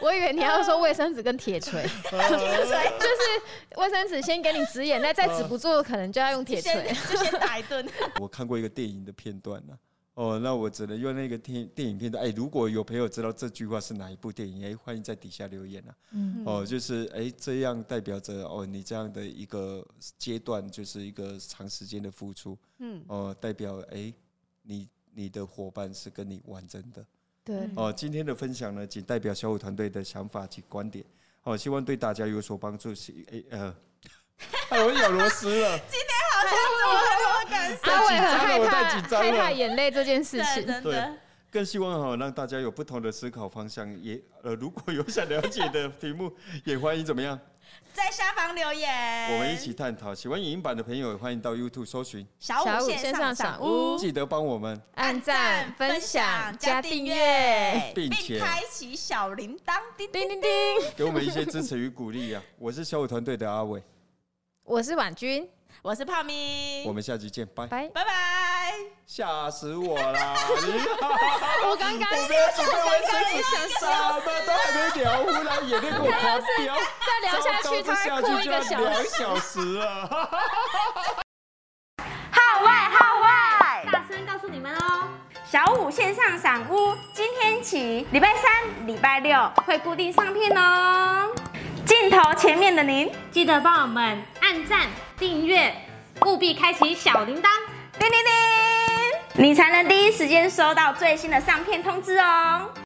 C: 我以为你要说卫生纸跟铁 锤，就是卫生纸先给你止眼，那
A: 嗯
C: 再止不住，可能就要用 铁
B: 先
C: 锤。
B: 就先打一 顿。哎
A: 我看过一个电影的片段呢、哦，那我只能用那个电电影片段。哎、如果有朋友知道这句话是哪一部电影，哎、欢迎在底下留言啊。
C: 嗯
A: 哦，就是哎、这样代表着哦，你这样的一个阶段，就是一个长时间的付出。
B: 嗯，
A: 哦，代表哎、你你的伙伴是跟你完整的。
C: 对，
A: 哦，今天的分享呢，仅代表小五团队的想法及观点。哦，希望对大家有所帮助。希哎、呃，哎，我咬螺丝了。
B: 好像怎么很有感
C: 阿伟很害
A: 我
C: 怕
A: 太紧张
C: 害
A: 了
C: 怕眼泪这件事
B: 受，
C: 情。
B: 真的。
A: 更希望哈、让大家有不同的思考方向，也呃，如果有想了解的题目， 也欢迎怎么样，
B: 在下方留言，
C: 哎
A: 我们一起探讨。喜欢影音版的朋友，也欢迎到 YouTube 搜寻，
B: 小
C: 小
B: 五
C: 五
B: 线
C: 线
B: 上
C: 上
B: 赏
C: 赏
B: 屋
C: 屋，
A: 记得帮我们。
C: 按赞、分享、加订阅，
A: 并
B: 并
A: 且
B: 开启小铃铛，叮
C: 叮
B: 叮。
C: 叮叮。
A: 给我们一些支持与鼓励啊！我是小五团队的阿伟，
C: 我是婉君，
B: 我是泡咪，
A: 我们下期见，拜！
C: 哎拜。
B: 拜拜。
A: 吓死我啦！你
C: 我刚刚
A: 我们要准备卫生纸，
C: 想
A: 什么都还没聊，忽然眼泪给我狂飙，
C: 再聊下去，
A: 糟糕
C: 他
A: 再下
C: 会哭
A: 去
C: 一
A: 就
C: 个
A: 要
C: 小
A: 两
C: 时。
A: 小时啊了。
B: 号外号外！
D: 大声告诉你们哦。
B: 小五线上赏屋，今天起礼拜三、礼拜六会固定上片哦。镜头前面的您，
D: 记得帮我们按赞、订阅，务必开启小铃铛。
B: 叮叮叮，你才能第一时间收到最新的上片通知哦。